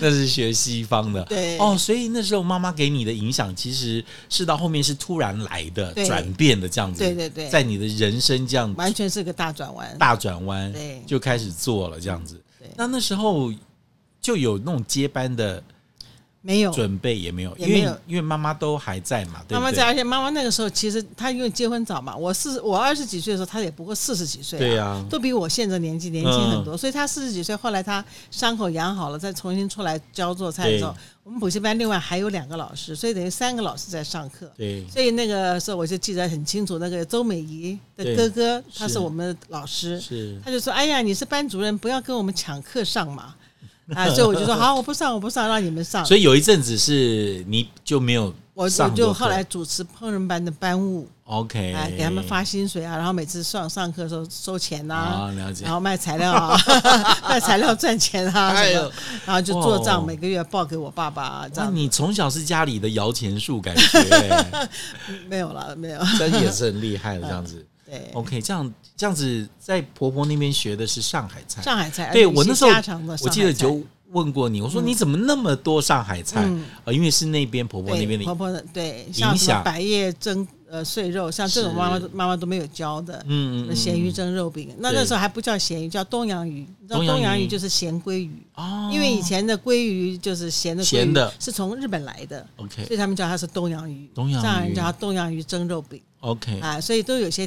S1: 那是学西方的。
S2: 对
S1: 哦，所以那时候妈妈给你的影响，其实是到后面是突然来的
S2: 对
S1: 转变的这样子。
S2: 对对对
S1: 在你的人生这样
S2: 完全是个大转弯。
S1: 大转弯，
S2: 对
S1: 就开始做了这样子
S2: 对。
S1: 那那时候就有那种接班的
S2: 没有。
S1: 准备也没有，
S2: 哦也
S1: 因为
S2: 没有
S1: 因为妈妈都还在嘛，对
S2: 妈
S1: 不
S2: 妈
S1: 对
S2: 在，而且妈妈那个时候其实她因为结婚早嘛，我四我二十几岁的时候，她也不过四十几岁、啊
S1: 对呀嗯
S2: 都比我现在年纪年轻很多。所以她四十几岁，后来她伤口养好了，再重新出来教做菜的时候
S1: 对，
S2: 我们补习班另外还有两个老师，所以等于三个老师在上课。
S1: 对
S2: 所以那个时候我就记得很清楚，那个周美仪的
S1: 对
S2: 哥哥，他
S1: 是
S2: 是我们的老师，
S1: 是
S2: 他就说：“哎呀，你是班主任，不要跟我们抢课上嘛。”啊，所以我
S1: <laughs>
S2: 就说：“好，我不上，我不上，让你们上。”
S1: 所以有一阵子是你就没有
S2: 我我
S1: 上过
S2: 就
S1: 课
S2: 后来主持烹饪班的班务，
S1: OK，
S2: 哎，给他们发薪水啊，然后每次上上课的时候收钱呐、
S1: 啊，了解
S2: 然，后卖材料
S1: <laughs>
S2: 啊，卖材料赚钱啊
S1: 哎
S2: 什
S1: 呦
S2: 么，然后就做
S1: 哇哦嗯
S2: 账，每个月报给我爸爸啊，这
S1: 那
S2: 样
S1: 你从小是家里的摇钱树，感
S2: <laughs>
S1: 觉
S2: 没有了，
S1: <laughs>
S2: 没有，
S1: 真也是很厉害的这样子。
S2: 对，
S1: OK，这样这样子，在婆婆那边学的是上海菜。
S2: 上海菜，
S1: 对
S2: 而且
S1: 我
S2: 一些
S1: 那时候
S2: 家常的上海菜，
S1: 我记得就问过你，我说你怎么那么多上海菜？
S2: 嗯
S1: 呃，因为是那边婆婆
S2: 对
S1: 那边的
S2: 婆婆的对，像什
S1: 响
S2: 么百叶蒸呃碎肉，像这种妈妈都妈妈都没有教的，
S1: 嗯，嗯嗯嗯，
S2: 咸鱼蒸肉饼，那
S1: 对
S2: 那时候还不叫咸鱼，叫东洋鱼，你知道
S1: 东洋
S2: 东洋
S1: 鱼
S2: 鱼就是咸鲑鱼。
S1: 哦，
S2: 因为以前的鲑鱼就是咸的，
S1: 咸的
S2: 是从日本来的，所
S1: OK
S2: 以他们叫它是东洋鱼，
S1: 东洋鱼
S2: 上海人叫它东洋鱼蒸肉饼
S1: OK，
S2: 啊，所以都有些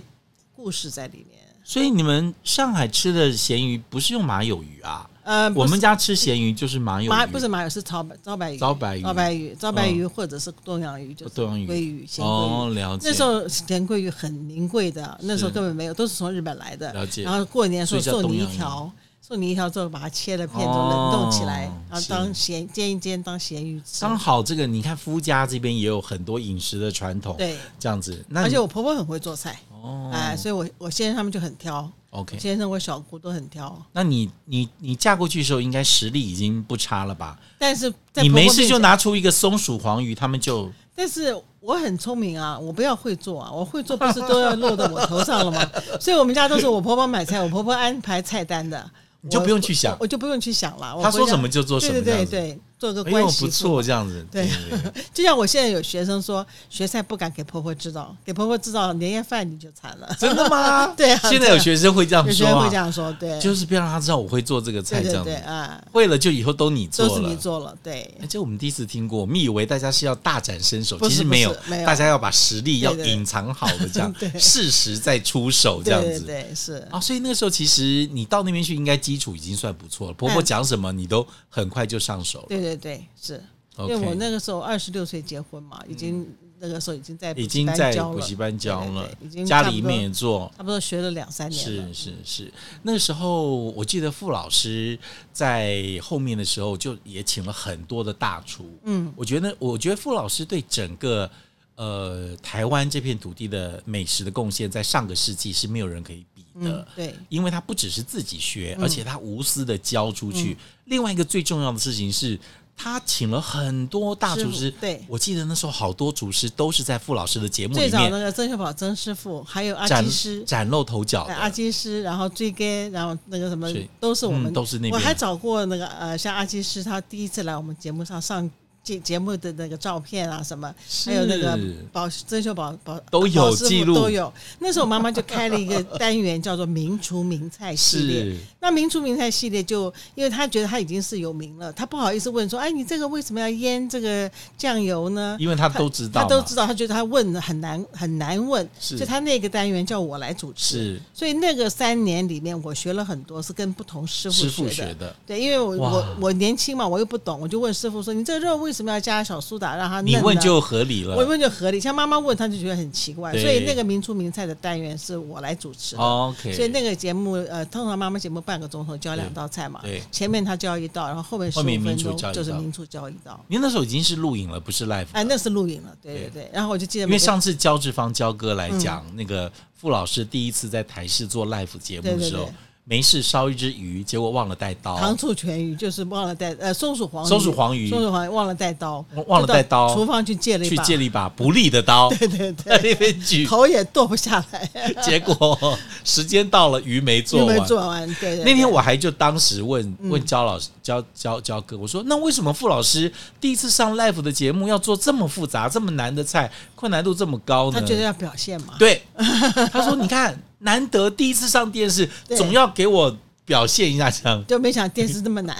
S2: 故事在里面。
S1: 所以你们上海吃的咸鱼不是用马友鱼啊？
S2: 呃，
S1: 我
S2: 不
S1: 们
S2: 是
S1: 家吃咸鱼就是马友
S2: 麻
S1: 鱼，
S2: 不是麻油是糟白糟白鱼，
S1: 糟白鱼嗯哦
S2: 糟白鱼，糟白鱼或者是东洋鱼，就是
S1: 东洋鱼
S2: 鲑鱼、咸鲑鱼。
S1: 哦，了解。
S2: 那时候咸鲑鱼很名贵的，那时候根本没有，都是从日本来的。
S1: 了解
S2: 然后过年的时候
S1: 所以叫
S2: 送
S1: 东
S2: 你
S1: 洋
S2: 一
S1: 鱼
S2: 条，送你一条之后把它切了片，就
S1: 哦
S2: 冷冻起来，然后
S1: 是
S2: 当咸煎一煎当咸鱼吃。
S1: 刚哦好这个你看夫家这边也有很多饮食的传统，，
S2: 对，
S1: 这样子。那
S2: 而
S1: 你
S2: 且我婆婆很会做菜。
S1: 嗯哦
S2: 哎，所以我我先生他们就很挑，
S1: ，OK，
S2: 先生我小姑都很挑，
S1: 那你你你嫁过去的时候，应该实力已经不差了吧？
S2: 但是在
S1: 你
S2: 婆婆
S1: 没事
S2: 面
S1: 就
S2: 前，
S1: 拿出一个松鼠黄鱼，他们就
S2: 但是我很聪明啊，我不要会做啊，我会做不是都要落到我头上
S1: <laughs>
S2: 了吗？所以我们家都是我婆婆买菜，我婆婆安排菜单的，
S1: 你就
S2: 我
S1: 不用去想
S2: 我，我就不用去想了。我
S1: 他
S2: 回
S1: 说
S2: 家
S1: 什么就做什么，
S2: 对
S1: 这样
S2: 对
S1: 子。
S2: 对对，做个
S1: 哎呦
S2: 关系
S1: 不错，这样子，
S2: <laughs> 对
S1: 对对
S2: 就像我现在有学生说，学菜不敢给婆婆知道，给婆婆知道年夜饭你就惨了。
S1: 真的吗？
S2: <laughs> 对啊
S1: 现在有学生会这样
S2: <laughs> 有学
S1: 说
S2: 生会这
S1: 啊，
S2: 样说，对，
S1: 就是不要让他知道我会做这个菜，这
S2: 对对
S1: 样
S2: 对
S1: 子，
S2: 啊，
S1: 会了就以后都你做
S2: 都
S1: 了，
S2: 是你做了，对
S1: 哎，这我们第一次听过，我们以为大家是要大展身手，
S2: 不
S1: 其
S2: 是
S1: 实没有
S2: 不，是没有
S1: 大家要把实力要
S2: 对对对
S1: 隐藏好的，这样
S2: <laughs> 对
S1: 事实再出 <laughs> 手，这
S2: 对
S1: 样
S2: 对
S1: 子。
S2: 对是。
S1: 啊，所以那个时候其实你到那边去，应该基础已经算不错了。婆婆
S2: 嗯
S1: 讲什么，你都很快就上手了。
S2: 对对对，是因
S1: OK
S2: 为我那个时候二十六岁结婚嘛，已经、那个时候已经在
S1: 已经
S2: 班
S1: 在
S2: 教
S1: 补
S2: 了
S1: 习班教
S2: 对对
S1: 了
S2: 对已，经
S1: 家
S2: 差不
S1: 里
S2: 多
S1: 面也做。
S2: 差不多学了两三年
S1: 是
S2: 了。
S1: 是是，那时候我记得傅老师在后面的时候就也请了很多的大厨，
S2: 嗯，
S1: 我觉得，我觉得傅老师对整个呃台湾这片土地的美食的贡献，在上个世纪是没有人可以比的。
S2: 嗯，对，
S1: 因为他不只是自己学，
S2: 嗯
S1: 而且他无私的教出去。另外一个最重要的事情是，他请了很多大厨师
S2: 师。傅对
S1: 我记得那时候好多厨师都是在傅老师的节目
S2: 最
S1: 里
S2: 早
S1: 面
S2: 那个曾秀宝曾师傅，还有阿
S1: 展
S2: 基师。
S1: 展露头角
S2: 哎阿
S1: 的。
S2: 基师，然后追根，然后那个什么
S1: 是，
S2: 都是我们、
S1: 嗯都是那边
S2: 我还找过那个呃，像阿基师，他第一次来我们节目上上节节目的那个照片啊，什么，还有那个
S1: 是
S2: 宝曾秀宝宝
S1: 都有
S2: 宝师傅
S1: 记录
S2: 都有。那时候我妈妈就开了一个单元，叫做“名厨名菜”系列。
S1: 是
S2: 那名厨名菜系列就，因为他觉得他已经是有名了，他不好意思问说，哎，你这个为什么要腌这个酱油呢？
S1: 因为他都知道
S2: 他
S1: 嘛，
S2: 都知道，他觉得他问很难很难问，
S1: 是
S2: 所以他那个单元叫我来主持。
S1: 是
S2: 所以那个三年里面，我学了很多，是跟不同师傅
S1: 师傅
S2: 学
S1: 学
S2: 的。
S1: 的。
S2: 对，因为我
S1: 哇
S2: 我我年轻嘛，我又不懂，我就问师傅说：“你这个肉为什么要加小苏打让它嫩呢？”
S1: 你问就合理了。
S2: 我问就合理，像妈妈问，她就觉得很奇怪。
S1: 对哦
S2: 所以那个名厨名菜的单元是我来主持的。
S1: OK，
S2: 所以那个节目，呃，通常妈妈节目半个钟头教两道菜嘛
S1: 对对，
S2: 前面她教一道，然后后面十
S1: 后
S2: 五
S1: 面民
S2: 分
S1: 厨
S2: 钟
S1: 教一
S2: 就是
S1: 道
S2: 民厨教一道。
S1: 您那时候已经是录影了，不是 live 了。
S2: 哎，那是录影了，对对对。然后我就记得
S1: 因
S2: 每
S1: 为
S2: 个，
S1: 上次焦志芳焦哥来讲，那个傅老师第一次在台视做 live 节目的时候，
S2: 对对对
S1: 没事烧一只鱼，结果忘了带刀
S2: 糖。醋全鱼就是忘了带，呃，松鼠黄鱼
S1: 松鼠黄鱼
S2: 松鼠黄鱼忘了带刀，
S1: 忘了带刀
S2: 就到厨房去借了一
S1: 去
S2: 把，
S1: 借了一把不利的刀，
S2: <laughs> 对对
S1: 在
S2: 对，
S1: 那 <laughs> 边
S2: <laughs>
S1: 举，
S2: 头也剁不下来， <laughs>
S1: 结果时间到了，鱼没做
S2: 因为
S1: 完。
S2: 做完，对对对。嗯
S1: 那天我还就当时问问焦老师焦焦焦哥，我说那为什么傅老师第一次上 live 的节目要做这么复杂、这么难的菜，困难度这么高呢？
S2: 他觉得
S1: <laughs>
S2: 要表现嘛，
S1: 对，他说：“你看，难得第一次上电视，
S2: 对
S1: 总要给我表现一下这样。
S2: 就没想到电视
S1: <laughs>
S2: 这么难。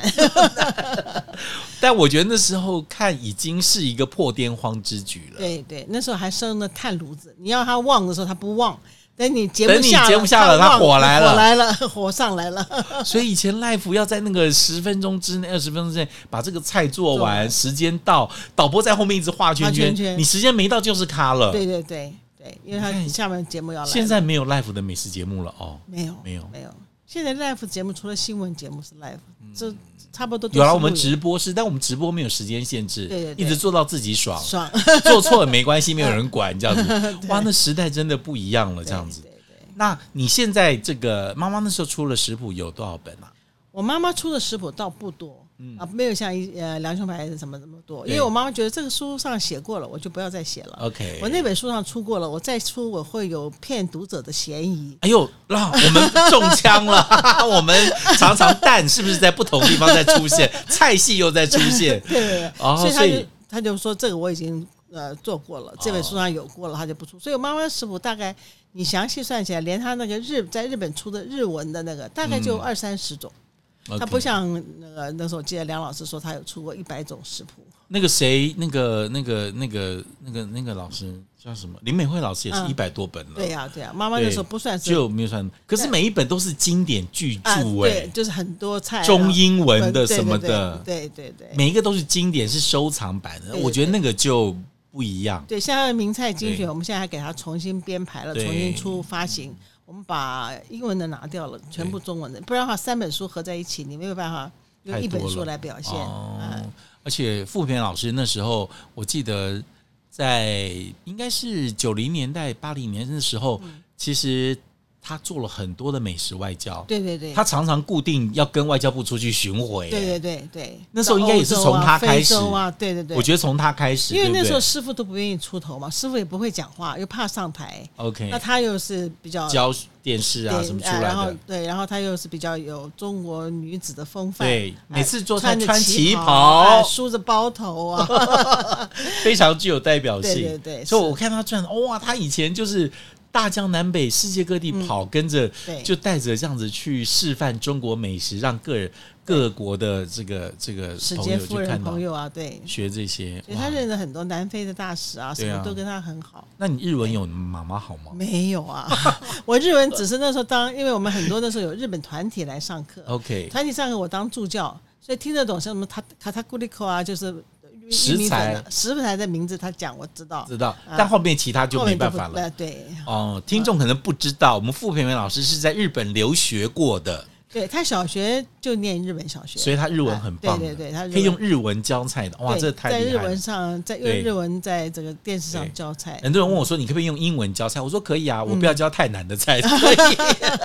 S1: 但我觉得那时候看已经是一个破天荒之举了。
S2: 对对，那时候还生了炭炉子，你要他旺的时候他不旺，等你节
S1: 等
S2: 目
S1: 你
S2: 下
S1: 节目下了
S2: 他
S1: 他火来了
S2: 火来了， <laughs> 火上来了。
S1: 所以以前 life 要在那个十分钟之内、二十分钟之内把这个菜做
S2: 做
S1: 完，
S2: 完
S1: 时间到，导播在后面一直画圈
S2: 画圈圈
S1: 你时间没到就是卡了。
S2: 对对对对，因为他
S1: 你看
S2: 下面节目要来了，
S1: 现在没有 life 的美食节目了哦，
S2: 没有
S1: 没有
S2: 没有。现在 live 节目除了新闻节目是 live，这差不多都
S1: 嗯有了
S2: 是
S1: 我们
S2: 录影
S1: 直播是，但我们直播没有时间限制，
S2: 对对
S1: 一
S2: 对
S1: 直做到自己爽，
S2: 爽， <laughs>
S1: 做错了没关系，没有人管这样子。哇，那时代真的不一样了，这样子
S2: 对。对对，
S1: 那你现在这个妈妈那时候出了食谱有多少本啊？
S2: 我妈妈出的食谱倒不多，啊，没有像一呃梁兄牌什么那么多，因
S1: 嗯
S2: 为
S1: 对哦
S2: 我妈妈觉得这个书上写过了，我就不要再写了。
S1: OK
S2: 呃我那本书上出过了，我再出我会有骗读者的嫌疑。
S1: 哎呦，那我们中枪了！ <laughs> 哈哈我们常常蛋是不是在不同地方在出现，菜系又在出现？
S2: <laughs> 对，
S1: 哦
S2: 所以
S1: 所
S2: 他
S1: 以哦
S2: 就他就说这个我已经呃做过了，这本书上有过了，他就不出。所以我妈妈的食谱大概你详细算起来，连他那个日在日本出的日文的那个大概就二三十种，他不
S1: 嗯 OK
S2: 像那个那时候我记得梁老师说他有出过一百种食谱。
S1: 那个谁，那个那个那个那个那个老师叫什么？林美惠老师也是
S2: 嗯
S1: 一百多本了，
S2: 对呀、对呀、妈妈那时候不算是
S1: 就没有算。可是每一本都是经典巨
S2: 啊，
S1: 著哎
S2: 对，、就是很多菜啊
S1: 中英文的
S2: 对对
S1: 什么的，
S2: 对对对对
S1: 每一个都是经典，是收藏版的。
S2: 对
S1: 我觉得那个就不一样。
S2: 对，像名菜精
S1: 对
S2: 选，我们现在还给它重新编排了，
S1: 对
S2: 重新出发行。我们把英文的拿掉了，全部中文的，不然的话三本书合在一起，你没有办法用
S1: 太
S2: 一
S1: 多
S2: 本书
S1: 了
S2: 来表现。
S1: 哦
S2: 嗯，
S1: 而且傅平老师那时候，我记得在应该是九零年代、八零年的时候，
S2: 嗯
S1: 其实他做了很多的美食外交。
S2: 对对对，
S1: 他常常固定要跟外交部出去巡回。
S2: 对对对对，
S1: 那时候应该也是
S2: 到欧洲啊
S1: 从他开始
S2: 非洲啊，对对对，
S1: 我觉得从他开始，
S2: 因为
S1: 对不
S2: 那时候
S1: 对
S2: 师傅都不愿意出头嘛，师傅也不会讲话，又怕上台，那
S1: OK
S2: 他又是比较
S1: 教电视啊
S2: 对
S1: 什么出
S2: 呃
S1: 来
S2: 然后
S1: 的。
S2: 对，然后她又是比较有中国女子的风范，
S1: 对，
S2: 哎
S1: 每次做菜
S2: 穿着
S1: 穿旗
S2: 哎
S1: 袍，
S2: 梳着包
S1: <laughs>
S2: 头啊，
S1: 非常具有代表性。
S2: 对对对
S1: 所以
S2: 是
S1: 我看他转，哦哇，他以前就是大江南北世界各地跑，跟着
S2: 嗯对
S1: 就带着这样子去示范中国美食，让个人各国的这个这个
S2: 史
S1: 朋
S2: 杰
S1: 友
S2: 夫
S1: 去
S2: 人
S1: 看到
S2: 朋友啊，对，
S1: 学这些
S2: 所以。
S1: 哇
S2: 他认识很多南非的大使啊，什
S1: 对啊
S2: 么都跟他很好。
S1: 那你日文有妈妈好吗
S2: 没有啊， <laughs> 我日文只是那时候当，因为我们很多那时候有日本团体来上课，
S1: ？OK，
S2: 团体上课我当助教，所以听得懂像什么塔卡塔古里克啊，就是
S1: 食
S2: 玉米粉啊
S1: 材
S2: 食材的名字，他讲我知道，
S1: 知道，
S2: 啊
S1: 但后面其他就
S2: 后
S1: 没
S2: 面
S1: 办
S2: 不
S1: 法了。
S2: 呃对，
S1: 哦，听众可能不知道，我们傅培梅老师是在日本留学过的，
S2: 对他小学就念日本小学，
S1: 所以他日文很棒的，
S2: 啊对对对他日文
S1: 可以用日文教菜的，哇，
S2: 对
S1: 这太
S2: 在
S1: 厉
S2: 日
S1: 害了
S2: 文。上，在用
S1: 对
S2: 日文在这个电视
S1: 对
S2: 上教菜，
S1: 很多人问我说：“你可不可以用英文教菜？”我说：“可以啊，我不
S2: 嗯
S1: 要教太难的菜，所以 <laughs>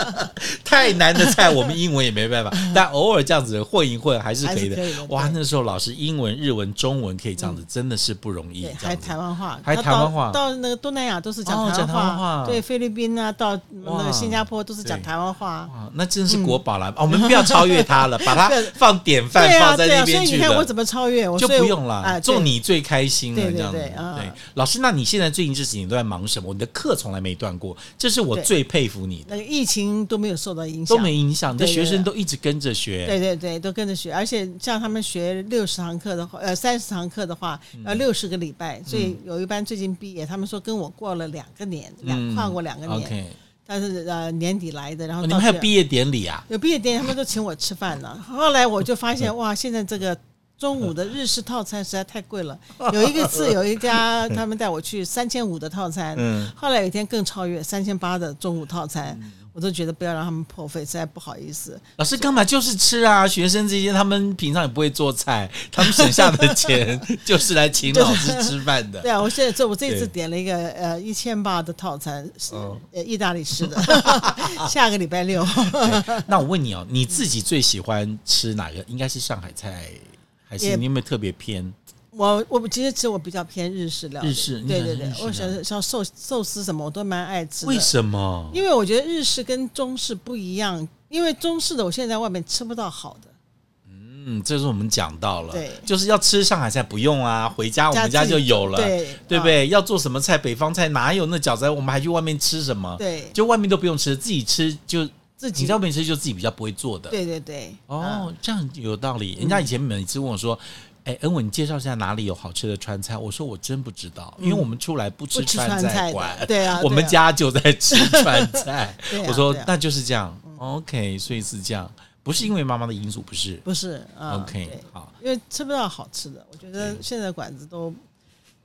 S1: 太难的菜我们英文也没办法， <laughs> 但偶尔这样子混一混还是可以的。
S2: 嗯还是可以的
S1: 哇，
S2: 对嗯
S1: 那时候老师英文、日文、中文可以这样子，真的是不容易
S2: 对，。
S1: 这
S2: 还
S1: 样子
S2: 台湾话，
S1: 还
S2: 他
S1: 台湾
S2: 到
S1: 话
S2: 到那个东南亚都是
S1: 哦
S2: 讲
S1: 讲
S2: 台
S1: 台
S2: 湾
S1: 湾
S2: 话，
S1: 话
S2: 对菲律宾啊，到那
S1: 哇
S2: 个新加坡都是讲
S1: 对
S2: 台湾话。
S1: 哇，那真是国宝了、我们不要超越他了，把
S2: <laughs>
S1: 他放典范
S2: 嗯对啊，
S1: 放在
S2: 对
S1: 那
S2: 啊，所
S1: 边
S2: 以
S1: 去
S2: 你
S1: 了。
S2: 看我怎么超越我，
S1: 就
S2: 所以
S1: 不
S2: 我
S1: 用了
S2: 啊，，
S1: 做
S2: 对
S1: 你最开心了
S2: 对
S1: 这
S2: 对
S1: 样子。
S2: 对啊
S1: 对，老师，那你现在最近这几年都在忙什么？你的课从来没断过，这是我
S2: 对
S1: 最佩服你的，
S2: 那个疫情都没有受到影响，
S1: 都没影响，你的
S2: 对对
S1: 学生
S2: 对
S1: 都一直跟着学。
S2: 对对对，都跟着学，而且像他们学六十堂课的话，呃，三十堂课的话，
S1: 嗯
S2: 要六十个礼拜，所以有一班最近毕业，他们说跟我过了两个年，两跨过两个年，
S1: 嗯 OK，哦
S2: 但是呃年底来的，然后
S1: 哦你
S2: 到
S1: 们还有
S2: 现在
S1: 毕业典礼啊？
S2: 有毕业典礼，他们都请我吃饭呢。后来我就发现，
S1: <laughs>
S2: 哇，现在这个中午的日式套餐实在太贵
S1: <laughs>
S2: 了。有一个次有一家，他们带我去三千五的套餐，
S1: 嗯
S2: 后来有一天更超越三千八的中午套餐，我都觉得不要让他们破费，实在不好意思。
S1: 老师干嘛就是吃啊？学生之间他们平常也不会做菜，他们省下的钱就是来请老师吃饭的。
S2: <laughs> 对啊，我现在这我这一次
S1: 对
S2: 点了一个呃一千八的套餐，是
S1: 哦
S2: 呃意大利
S1: <laughs>
S2: 式的，下个礼拜六。 <laughs>
S1: 那我问你哦，你自己最喜欢吃哪个？应该是上海菜，还是
S2: 也
S1: 你有没有特别偏？
S2: 我我其实吃我比较偏日式料理，
S1: 日式你
S2: 对
S1: 喜欢
S2: 对对
S1: 日，式
S2: 我
S1: 料理
S2: 想像寿寿司什么我都蛮爱吃的。
S1: 为什么？
S2: 因为我觉得日式跟中式不一样，因为中式的我现在在外面吃不到好的，
S1: 嗯，这是我们讲到了，
S2: 对
S1: 就是要吃上海菜不用啊，回家我们家
S2: 自己
S1: 就有了，
S2: 对啊
S1: 不对？要做什么菜，北方菜哪有那饺子？我们还去外面吃什么？
S2: 对
S1: 就外面都不用吃，自己吃就
S2: 自
S1: 你
S2: 己
S1: 知道美食就是自己比较不会做的。
S2: 对对对，
S1: 哦，
S2: 啊嗯
S1: 这样有道理。人家以前每次问我说：“哎，恩文，你介绍一下哪里有好吃的川菜？”我说：“我真不知道，因为我们出来不
S2: 不
S1: 吃
S2: 嗯吃川
S1: 菜
S2: 菜
S1: 馆
S2: 的，，对啊，
S1: <laughs> 我们
S2: 对啊
S1: 家就在吃川菜。
S2: <laughs> 对啊
S1: 我说
S2: 对啊
S1: 那就是这样，OK，所以是这样，不是因为妈妈的因素，不是。
S2: 不是啊
S1: OK，
S2: 对
S1: 好，
S2: 因为吃不到好吃的，我觉得现在馆子都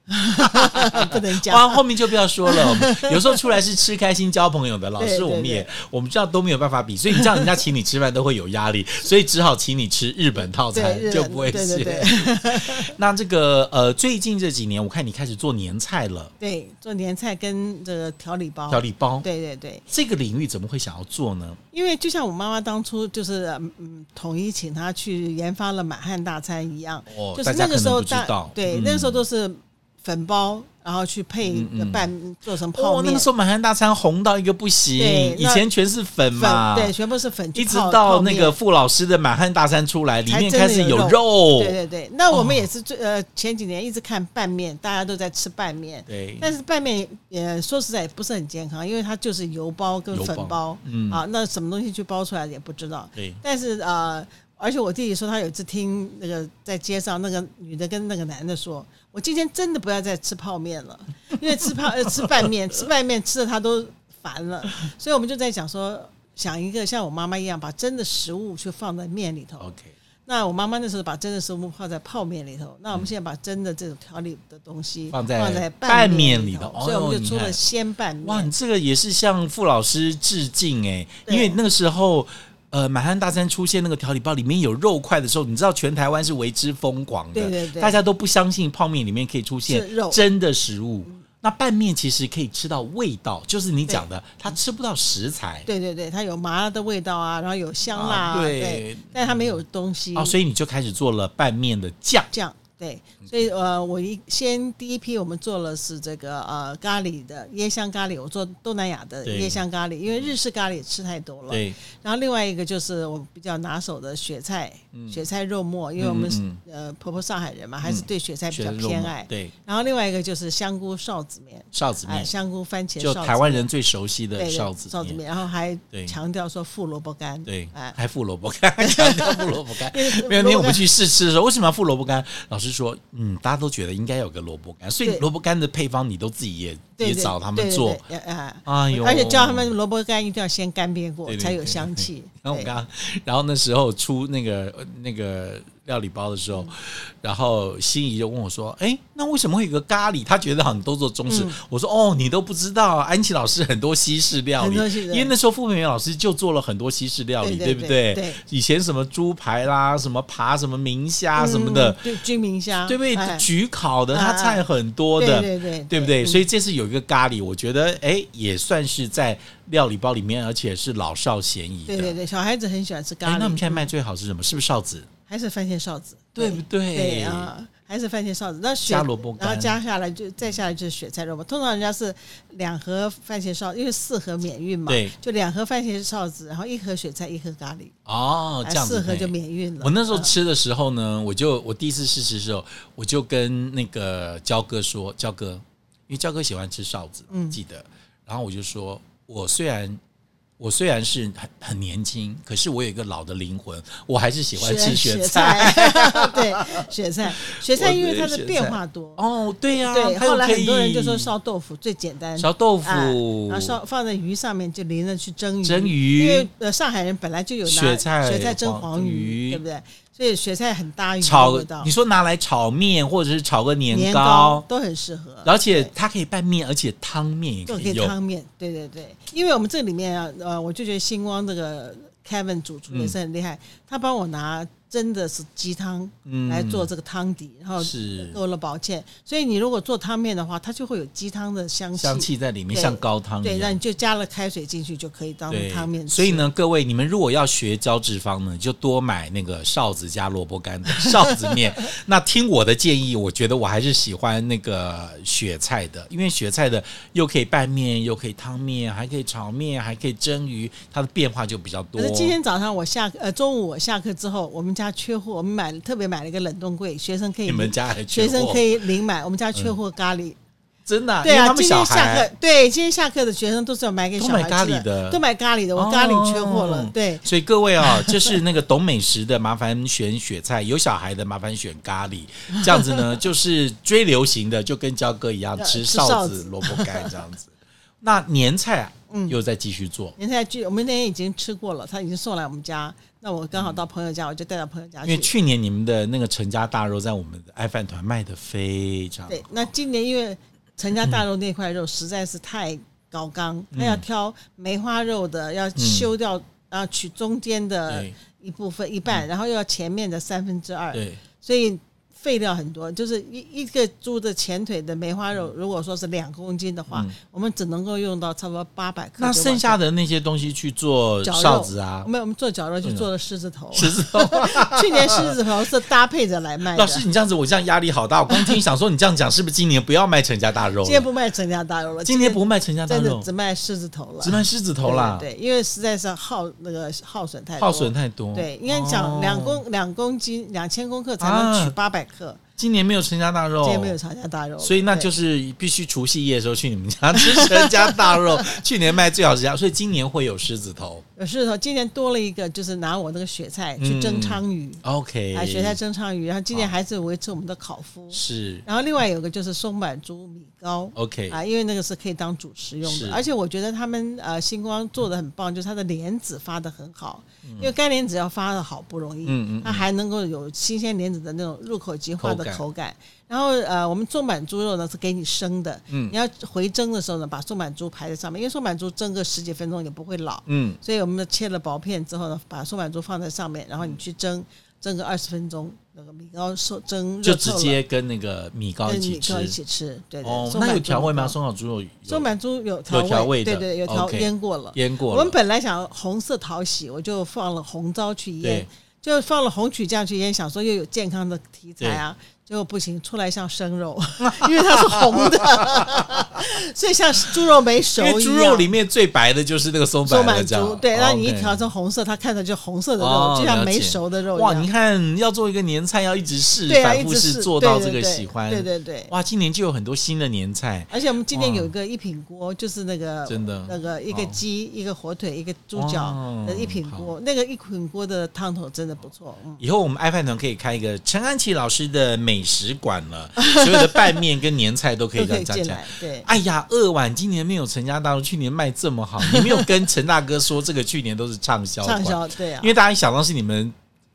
S2: <laughs> 不能
S1: 哇，
S2: 讲，
S1: 后面就不要说了。我
S2: <laughs>
S1: 们有时候出来是吃开心、交朋友的，老
S2: 对
S1: 师
S2: 对
S1: 我们也我们知道都没有办法比，所以你知道人家请你吃饭都会有压
S2: <laughs>
S1: 力，所以只好请你吃日本套餐
S2: 对，日本
S1: 就不会
S2: 对对
S1: 谢。
S2: 对
S1: <laughs> 那这个呃，最近这几年我看你开始做年菜了，
S2: 对，做年菜跟这个调理包，
S1: 调理包。
S2: 哦对对对，
S1: 这个领域怎么会想要做呢？
S2: 因为就像我妈妈当初就是嗯嗯，统一请她去研发了满汉大餐一样，
S1: 哦
S2: 就
S1: 大
S2: 是
S1: 家
S2: 那
S1: 可
S2: 个时
S1: 能
S2: 候
S1: 不知道
S2: 对，
S1: 嗯
S2: 那个时候都是粉包，然后去配
S1: 嗯嗯
S2: 拌、做成泡
S1: 哦，
S2: 面，
S1: 那个时候满汉大餐红到一个不行
S2: 对，
S1: 以
S2: 那
S1: 前全是粉嘛，
S2: 粉对，全部是粉去
S1: 一直
S2: 泡
S1: 到
S2: 泡
S1: 那
S2: 面
S1: 个傅老师的满汉大餐出来，里
S2: 才
S1: 面
S2: 真
S1: 开
S2: 的
S1: 始
S2: 有
S1: 有
S2: 肉
S1: 肉，
S2: 对对对，那我们也是
S1: 哦
S2: 最、呃前几年一直看拌面，大家都在吃拌面，
S1: 对
S2: 但是拌面也呃说实在也不是很健康，因为它就是油包跟
S1: 油
S2: 粉
S1: 包
S2: 包，
S1: 嗯
S2: 啊，那什么东西去包出来也不知道。
S1: 对
S2: 但是呃，而且我弟弟说他有一次听那个在街上那个女的跟那个男的说，我今天真的不要再吃泡面了， <laughs> 因为吃泡呃吃拌面，吃拌面吃的他都烦了，所以我们就在想说。想一个像我妈妈一样，把真的食物去放在面里头，
S1: ，OK，
S2: 那我妈妈那时候把真的食物泡在泡面里头，那我们现在把真的这种调理的东西
S1: 放在
S2: 放在
S1: 拌面
S2: 面
S1: 里
S2: 头
S1: 头
S2: 所以我
S1: 哦
S2: 们就出
S1: 你看
S2: 了鲜拌
S1: 哇，你
S2: 面。
S1: 这个也是向傅老师致敬哎，
S2: 对
S1: 因为那个时候。呃，满汉大餐出现那个调理包里面有肉块的时候，你知道全台湾是为之疯狂的，
S2: 对对对
S1: 大家都不相信泡面里面可以出现
S2: 是肉嗯
S1: 真的食物。那拌面其实可以吃到味道，就是你讲的，它吃不到食材，
S2: 对对对，它有麻辣的味道啊，然后有香辣、
S1: 啊对
S2: 对但它没有东西
S1: 哦，所以你就开始做了拌面的酱，
S2: 酱。对，
S1: 嗯
S2: 所以呃，我一先第一批我们做了是这个呃咖喱的椰香咖喱，我做东南亚的
S1: 对
S2: 椰香咖喱，因为日式咖喱吃太多了。
S1: 对，
S2: 然后另外一个就是我比较拿手的雪菜，雪菜肉末，因为我们、
S1: 嗯
S2: 呃婆婆上海人嘛，还是对雪菜比较
S1: 全是肉
S2: 偏
S1: 末
S2: 爱。
S1: 对，
S2: 然后另外一个就是香菇臊子面，
S1: 臊子
S2: 哎，
S1: 面，
S2: 香菇番茄
S1: 就
S2: 臊子
S1: 台湾人最熟悉的
S2: 对
S1: 臊子
S2: 子子
S1: 面，
S2: 面，然后还
S1: 对
S2: 强调说附萝卜干，
S1: 对
S2: 哎，，
S1: 还附萝卜干， <laughs> 强调附萝卜干。没有那天我们去试吃的时候，为什么要附萝卜干？老师说，嗯，大家都觉得应该有个萝卜干，所以
S2: 对
S1: 萝卜干的配方你都自己也
S2: 对
S1: 也
S2: 对
S1: 找他们
S2: 对对
S1: 做。
S2: 对哎，
S1: 哎呦
S2: 而且叫他们萝卜干一定要先干煸过
S1: 对对
S2: 才有
S1: 对
S2: 香气。
S1: 然后我
S2: 对
S1: 刚刚，然后那时候出那个呃那个料理包的时
S2: 嗯
S1: 候，然后心仪就问我说：“哎，那为什么会有个咖喱？”他觉得好像都做中
S2: 嗯
S1: 式。我说：“哦，你都不知道啊，安琪老师很多西式料理
S2: 很多西，式
S1: 因为那时候傅培元老师就做了很多西式料理，
S2: 对对
S1: 不
S2: 对对
S1: 以前什么猪排啦，什么扒什么明虾什么的
S2: 嗯，对，居民香，
S1: 对不对？
S2: 哎
S1: 焗烤的，
S2: 啊
S1: 它菜很多的，
S2: 对对对嗯
S1: 不对？所以这次有一个咖喱，我觉得哎，也算是在料理包里面，而且是老少咸宜的。
S2: 对对对，小孩子很喜欢吃
S1: 哎
S2: 咖，喱。
S1: 那我们现在卖最好是什么？是不是臊子？
S2: 还是番茄臊子，
S1: 对不对
S2: 对啊，还是番茄臊子。那雪
S1: 加萝卜干
S2: 然后加下来就再下来就是雪菜肉末。通常人家是两盒番茄臊，因为四盒免运嘛，
S1: 对
S2: 就两盒番茄臊子，然后一盒雪菜，一盒咖喱，
S1: 哦，这样子
S2: 四啊盒就
S1: 对
S2: 免运了。
S1: 我那时候
S2: 嗯
S1: 吃的时候呢，我就我第一次试吃的时候，我就跟那个焦哥说，焦哥，因为焦哥喜欢吃臊子，
S2: 嗯
S1: 记得。然后我就说，我虽然我虽然是很很年轻，可是我有一个老的灵魂，我还是喜欢吃
S2: 雪
S1: 雪菜。
S2: 菜， <laughs> 对雪菜，雪菜因为它的变化多，
S1: 哦，对呀、
S2: 对，
S1: 还有
S2: 后来
S1: 可
S2: 很多人就
S1: 以
S2: 说烧豆腐最简单，
S1: 烧豆腐，
S2: 哎然后烧放在鱼上面就淋了去蒸鱼，
S1: 蒸鱼
S2: 因为呃上海人本来就有拿
S1: 雪菜
S2: 雪菜蒸
S1: 黄
S2: 黄
S1: 鱼
S2: 对不对？所以雪菜很搭鱼的
S1: 炒
S2: 味道，
S1: 你说拿来炒面或者是炒个
S2: 年
S1: 糕
S2: 都很适合，
S1: 而且它可以拌面，而且汤面也
S2: 就
S1: 可
S2: 可以
S1: 以用。
S2: 汤面，对对对，因为我们这里面啊，呃，我就觉得星光这个 Kevin 主厨也是很厉害，他帮我拿真的是鸡汤
S1: 嗯
S2: 来做这个汤底，然后
S1: 是
S2: 勾了薄芡，所以你如果做汤面的话，它就会有鸡汤的香
S1: 香气在里面，
S2: 对
S1: 像高汤
S2: 对，
S1: 一
S2: 那
S1: 样
S2: 你。就加了开水进去就可以当
S1: 对
S2: 汤面，吃。
S1: 所以呢，各位，你们如果要学胶质方呢，就多买那个臊子加萝卜干的 <laughs> 臊子面。那听我的建议，我觉得我还是喜欢那个雪菜的，因为雪菜的又可以拌面，又可以汤面，还可以炒面，还可以蒸鱼，它的变化就比较多
S2: 可。是今天早上我下呃中午我下课之后，我们家缺货，我们买了特别买了一个冷冻柜，学生可以
S1: 你们家还缺
S2: 学生
S1: 货
S2: 可以领买，我们家缺货咖喱。
S1: 真的、
S2: 对
S1: 因为
S2: 啊，
S1: 他们
S2: 今
S1: 小
S2: 天下
S1: 孩
S2: 课，对，今天下课的学生都是要买给
S1: 都
S2: 小
S1: 买
S2: 孩
S1: 咖
S2: 吃
S1: 喱的
S2: 都买咖喱的，我咖喱缺货了
S1: 哦，
S2: 对。
S1: 所以各位哦，就是那个懂美食的，麻烦选雪菜；有小孩的，麻烦选咖
S2: <laughs>
S1: 喱。这样子呢，就是追流行的，就跟焦哥一
S2: <laughs>
S1: 样
S2: 呃
S1: 吃
S2: 吃
S1: 哨
S2: 哨
S1: 子、
S2: 子嗯
S1: 萝卜干这样子。那年菜啊，又在继续做，
S2: 年菜剧我们那天已经吃过了，他已经送来我们家，那我刚好到朋友家，我就带到朋友家
S1: 因为
S2: 去。
S1: 去年你们的那个陈家大肉在我们的爱饭团卖的非常
S2: 对，那今年因为陈家大肉那块肉实在是太高纲，他
S1: 嗯
S2: 要挑梅花肉的，要修掉，然后取中间的
S1: 对嗯
S2: 一部分一半，然后又要前面的三分之二，
S1: 对
S2: 所以废料很多。就是一一个猪的前腿的梅花
S1: 嗯
S2: 肉，如果说是两公斤的话，我们只能够用到差不多八百克就
S1: 那
S2: 完成。
S1: 剩下的那些东西去做
S2: 绞肉啊
S1: 哨子啊，
S2: 没有，我们做绞肉就做了狮
S1: <laughs>
S2: 子头。
S1: 狮
S2: <laughs>
S1: 子头。
S2: 去年狮子头是搭配着来卖的，
S1: 老师，
S2: 今
S1: 你这样子，我这样压力好大。我刚听想说，你这样讲是不是今年不要卖陈家大肉了？
S2: 天不卖陈家大肉了，
S1: 今天不卖陈家大
S2: 真的
S1: 肉
S2: 只，卖狮子头了，
S1: 只卖狮子头啦，
S2: 对，对对因为实在是耗那个耗损太多
S1: 耗损。太多。
S2: 对，应该讲
S1: 哦
S2: 两公两公斤两千公克才能
S1: 啊
S2: 取八百克，
S1: 今年没有陈家大肉，
S2: 今天没有长江大肉了，
S1: 所以那
S2: 对
S1: 就是必须除夕夜的时候去你们家吃陈家大
S2: <laughs>
S1: 肉。去年卖最好是这样，所以今年会有狮子头。
S2: 有狮子头。今年多了一个，就是拿我那个雪菜去
S1: 嗯
S2: 蒸鲳鱼，
S1: OK，
S2: 哎，雪菜蒸鲳鱼，然后今年还是维持我们的烤麸，
S1: 是
S2: 然后另外有个就是松板猪米糕。
S1: OK，
S2: 啊，因为那个是可以当主食用
S1: 是
S2: 的，而且我觉得他们呃星光做的很棒，就是它的莲子发的很好，因为干莲子要发的好不容易，
S1: 嗯嗯
S2: 它还能够有新鲜莲子的那种入口即化的口
S1: 口感
S2: 感。然后呃，我们松板猪肉呢是给你生的，
S1: 嗯
S2: 你要回蒸的时候呢，把松板猪排在上面，因为松板猪蒸个十几分钟也不会老，
S1: 嗯，
S2: 所以我们切了薄片之后呢，把松板猪放在上面，然后你去蒸，蒸个二十分钟，那个米糕收蒸
S1: 就
S2: 热
S1: 直
S2: 透了
S1: 接跟那个米糕一
S2: 跟
S1: 起
S2: 米
S1: 吃
S2: 糕。一起吃，对对。
S1: 哦，
S2: 松
S1: 那
S2: 板
S1: 有
S2: 猪
S1: 调味
S2: 米
S1: 吗？
S2: 糕
S1: 松板猪肉有
S2: 松板猪有调
S1: 有调味的
S2: 对对，有调
S1: OK
S2: 腌过了。
S1: 腌过
S2: 我
S1: 了
S2: 们本来想红色讨喜，我就放了红糟去
S1: 对
S2: 腌，就放了红曲酱去腌，想说又有健康的题材啊，结果不行，出来像生肉， <laughs> 因为它是红的， <laughs> 所以像猪肉没熟
S1: 因为
S2: 一
S1: 猪肉
S2: 样
S1: 里。面最白的就是那个松
S2: 松
S1: 板
S2: 板
S1: 了，这
S2: 猪
S1: 样，
S2: 对，
S1: 哦
S2: 让你一
S1: OK
S2: 调成红色，它看着就红色的
S1: 哦
S2: 肉，就像
S1: 了
S2: 没
S1: 解
S2: 熟的肉一
S1: 哇！你
S2: 样。
S1: 看，要做一个年菜，要一直试，
S2: 对啊，
S1: 反
S2: 一
S1: 复
S2: 直
S1: 试，
S2: 是
S1: 做到这个喜欢。
S2: 对对对，
S1: 哇，今年就有很多新的年菜，
S2: 而且我们今天
S1: 哇
S2: 有一个一品锅，就是那个
S1: 真的
S2: 那个一个
S1: 哦
S2: 鸡、一个火腿、一个猪脚
S1: 哦
S2: 的一品锅，那个一品锅的汤头真的不错。嗯，
S1: 以后我们爱饭团可以开一个陈安琪老师的美食馆了， <laughs> 所有的拌面跟年菜都可以
S2: 都可
S1: 让
S2: 以
S1: 大
S2: 进
S1: 家
S2: 来。。对，
S1: 哎呀，二碗今年没有陈家大陆去年卖这么好，你没有跟陈大哥说这个去年都是畅销
S2: 畅
S1: 馆，
S2: 销对啊
S1: 因，为大家一想到是你们，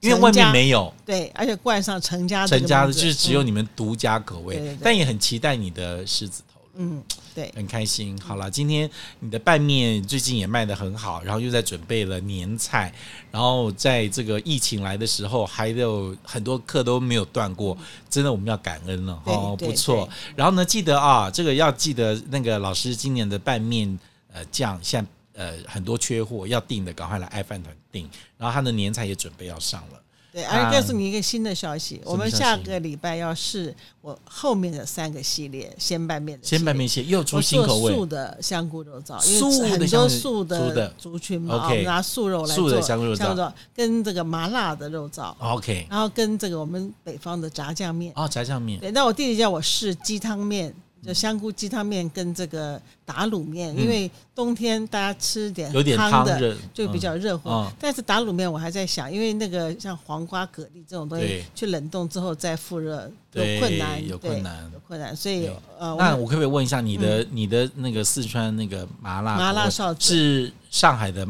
S1: 因为
S2: 陈
S1: 外面
S2: 家啊
S1: 没有
S2: 对，而且冠上陈家这
S1: 陈
S2: 个
S1: 家的，
S2: 名字
S1: 就是只有你们独家口味，
S2: 嗯对对对
S1: 但也很期待你的狮子头。
S2: 嗯，嗯对，
S1: 很开心。好了，今天你的拌面最近也卖得很好，然后又在准备了年菜，然后在这个疫情来的时候，还有很多课都没有断过，真的我们要感恩了
S2: 对
S1: 哦，
S2: 对
S1: 不错。然后呢，记得啊，这个要记得那个老师今年的拌面呃酱现在。呃，很多缺货，要订的赶快来爱饭团订。然后他的年菜也准备要上了，
S2: 对，而且告诉你一个新的消息，
S1: 么
S2: 我们
S1: 消
S2: 下
S1: 息
S2: 个礼拜要试我后面的三个系列鲜拌面的系列
S1: 鲜拌面蟹又出
S2: 我
S1: 新
S2: 做
S1: 口味，
S2: 素的香菇肉燥，
S1: 素
S2: 因
S1: 的
S2: 为很
S1: 香菇
S2: 多素
S1: 素的
S2: 的族群嘛，
S1: OK
S2: 我们拿素肉来
S1: 素
S2: 做
S1: 的香菇肉燥
S2: 跟这个麻辣的肉燥，
S1: OK
S2: 然后跟这个我们北方的炸酱面。
S1: 哦，炸酱面
S2: 对，那我弟弟叫我试鸡汤面，就香菇鸡汤面跟这个打卤面，
S1: 嗯
S2: 因为冬天大家吃点
S1: 有点汤
S2: 的。
S1: 热，
S2: 就比较热乎，
S1: 嗯嗯
S2: 但是打卤面我还在想，因为那个像黄瓜、蛤蜊这种东
S1: 对
S2: 西，去冷冻之后再复热有
S1: 对
S2: 困难，
S1: 有
S2: 对
S1: 困难
S2: 有困难，所以
S1: 对
S2: 呃，我
S1: 那
S2: 们嗯
S1: 我可不可以问一下你的、你的那个四川那个麻辣
S2: 麻辣
S1: 口味
S2: 臊子
S1: 是上海的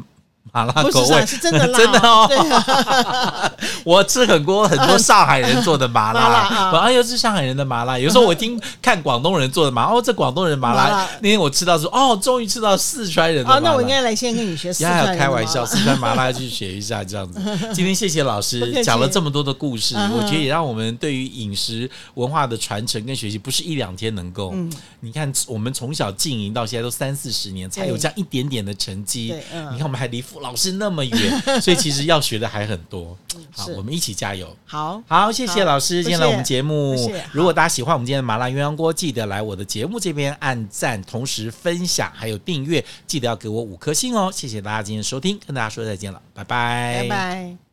S1: 麻辣
S2: 不
S1: 口
S2: 是
S1: 味？
S2: 上是真的
S1: <laughs>
S2: 辣，
S1: 真的哦
S2: 对啊，
S1: 我吃很多很多上海人做的麻辣，
S2: 麻辣啊
S1: 我哎呦是上海人的麻辣。有时候我
S2: <laughs>
S1: 听看广东人做的麻，哦这广东人麻辣，
S2: 麻辣
S1: 那天我吃到说哦终于吃到四川 <laughs> 人的麻辣。
S2: 哦，那我应该来先跟你学四川
S1: <laughs> 呀，
S2: 人
S1: 开
S2: 的
S1: 玩
S2: 麻
S1: 笑，
S2: 辣
S1: 四川麻辣去学一下这样
S2: <laughs>
S1: 子。今天谢谢老
S2: 不客
S1: 师
S2: 气
S1: 讲了这么多的故事，
S2: 嗯哼
S1: 我觉得也让我们对于饮食文化的传承跟学习，不是一两天能够。
S2: 嗯
S1: 你看，我们从小经营到现在都三四十年，才有这样一点点的成绩
S2: 对。嗯
S1: 你看，我们还离傅老师那么
S2: <laughs>
S1: 远，所以其实要学的还很多。好
S2: 嗯是，
S1: 我们一起加油。
S2: 好，
S1: 好，谢谢
S2: 哦好
S1: 老师
S2: 不
S1: 今天来我
S2: 谢
S1: 们节目
S2: 不谢好。
S1: 如果大家喜欢我们今天的麻辣鸳鸯锅，记得来我的节目这边按赞，同时分享，还有订阅，记得要给我五颗星哦。谢谢大家今天的收听，跟大家说再见了，拜拜，
S2: 拜拜。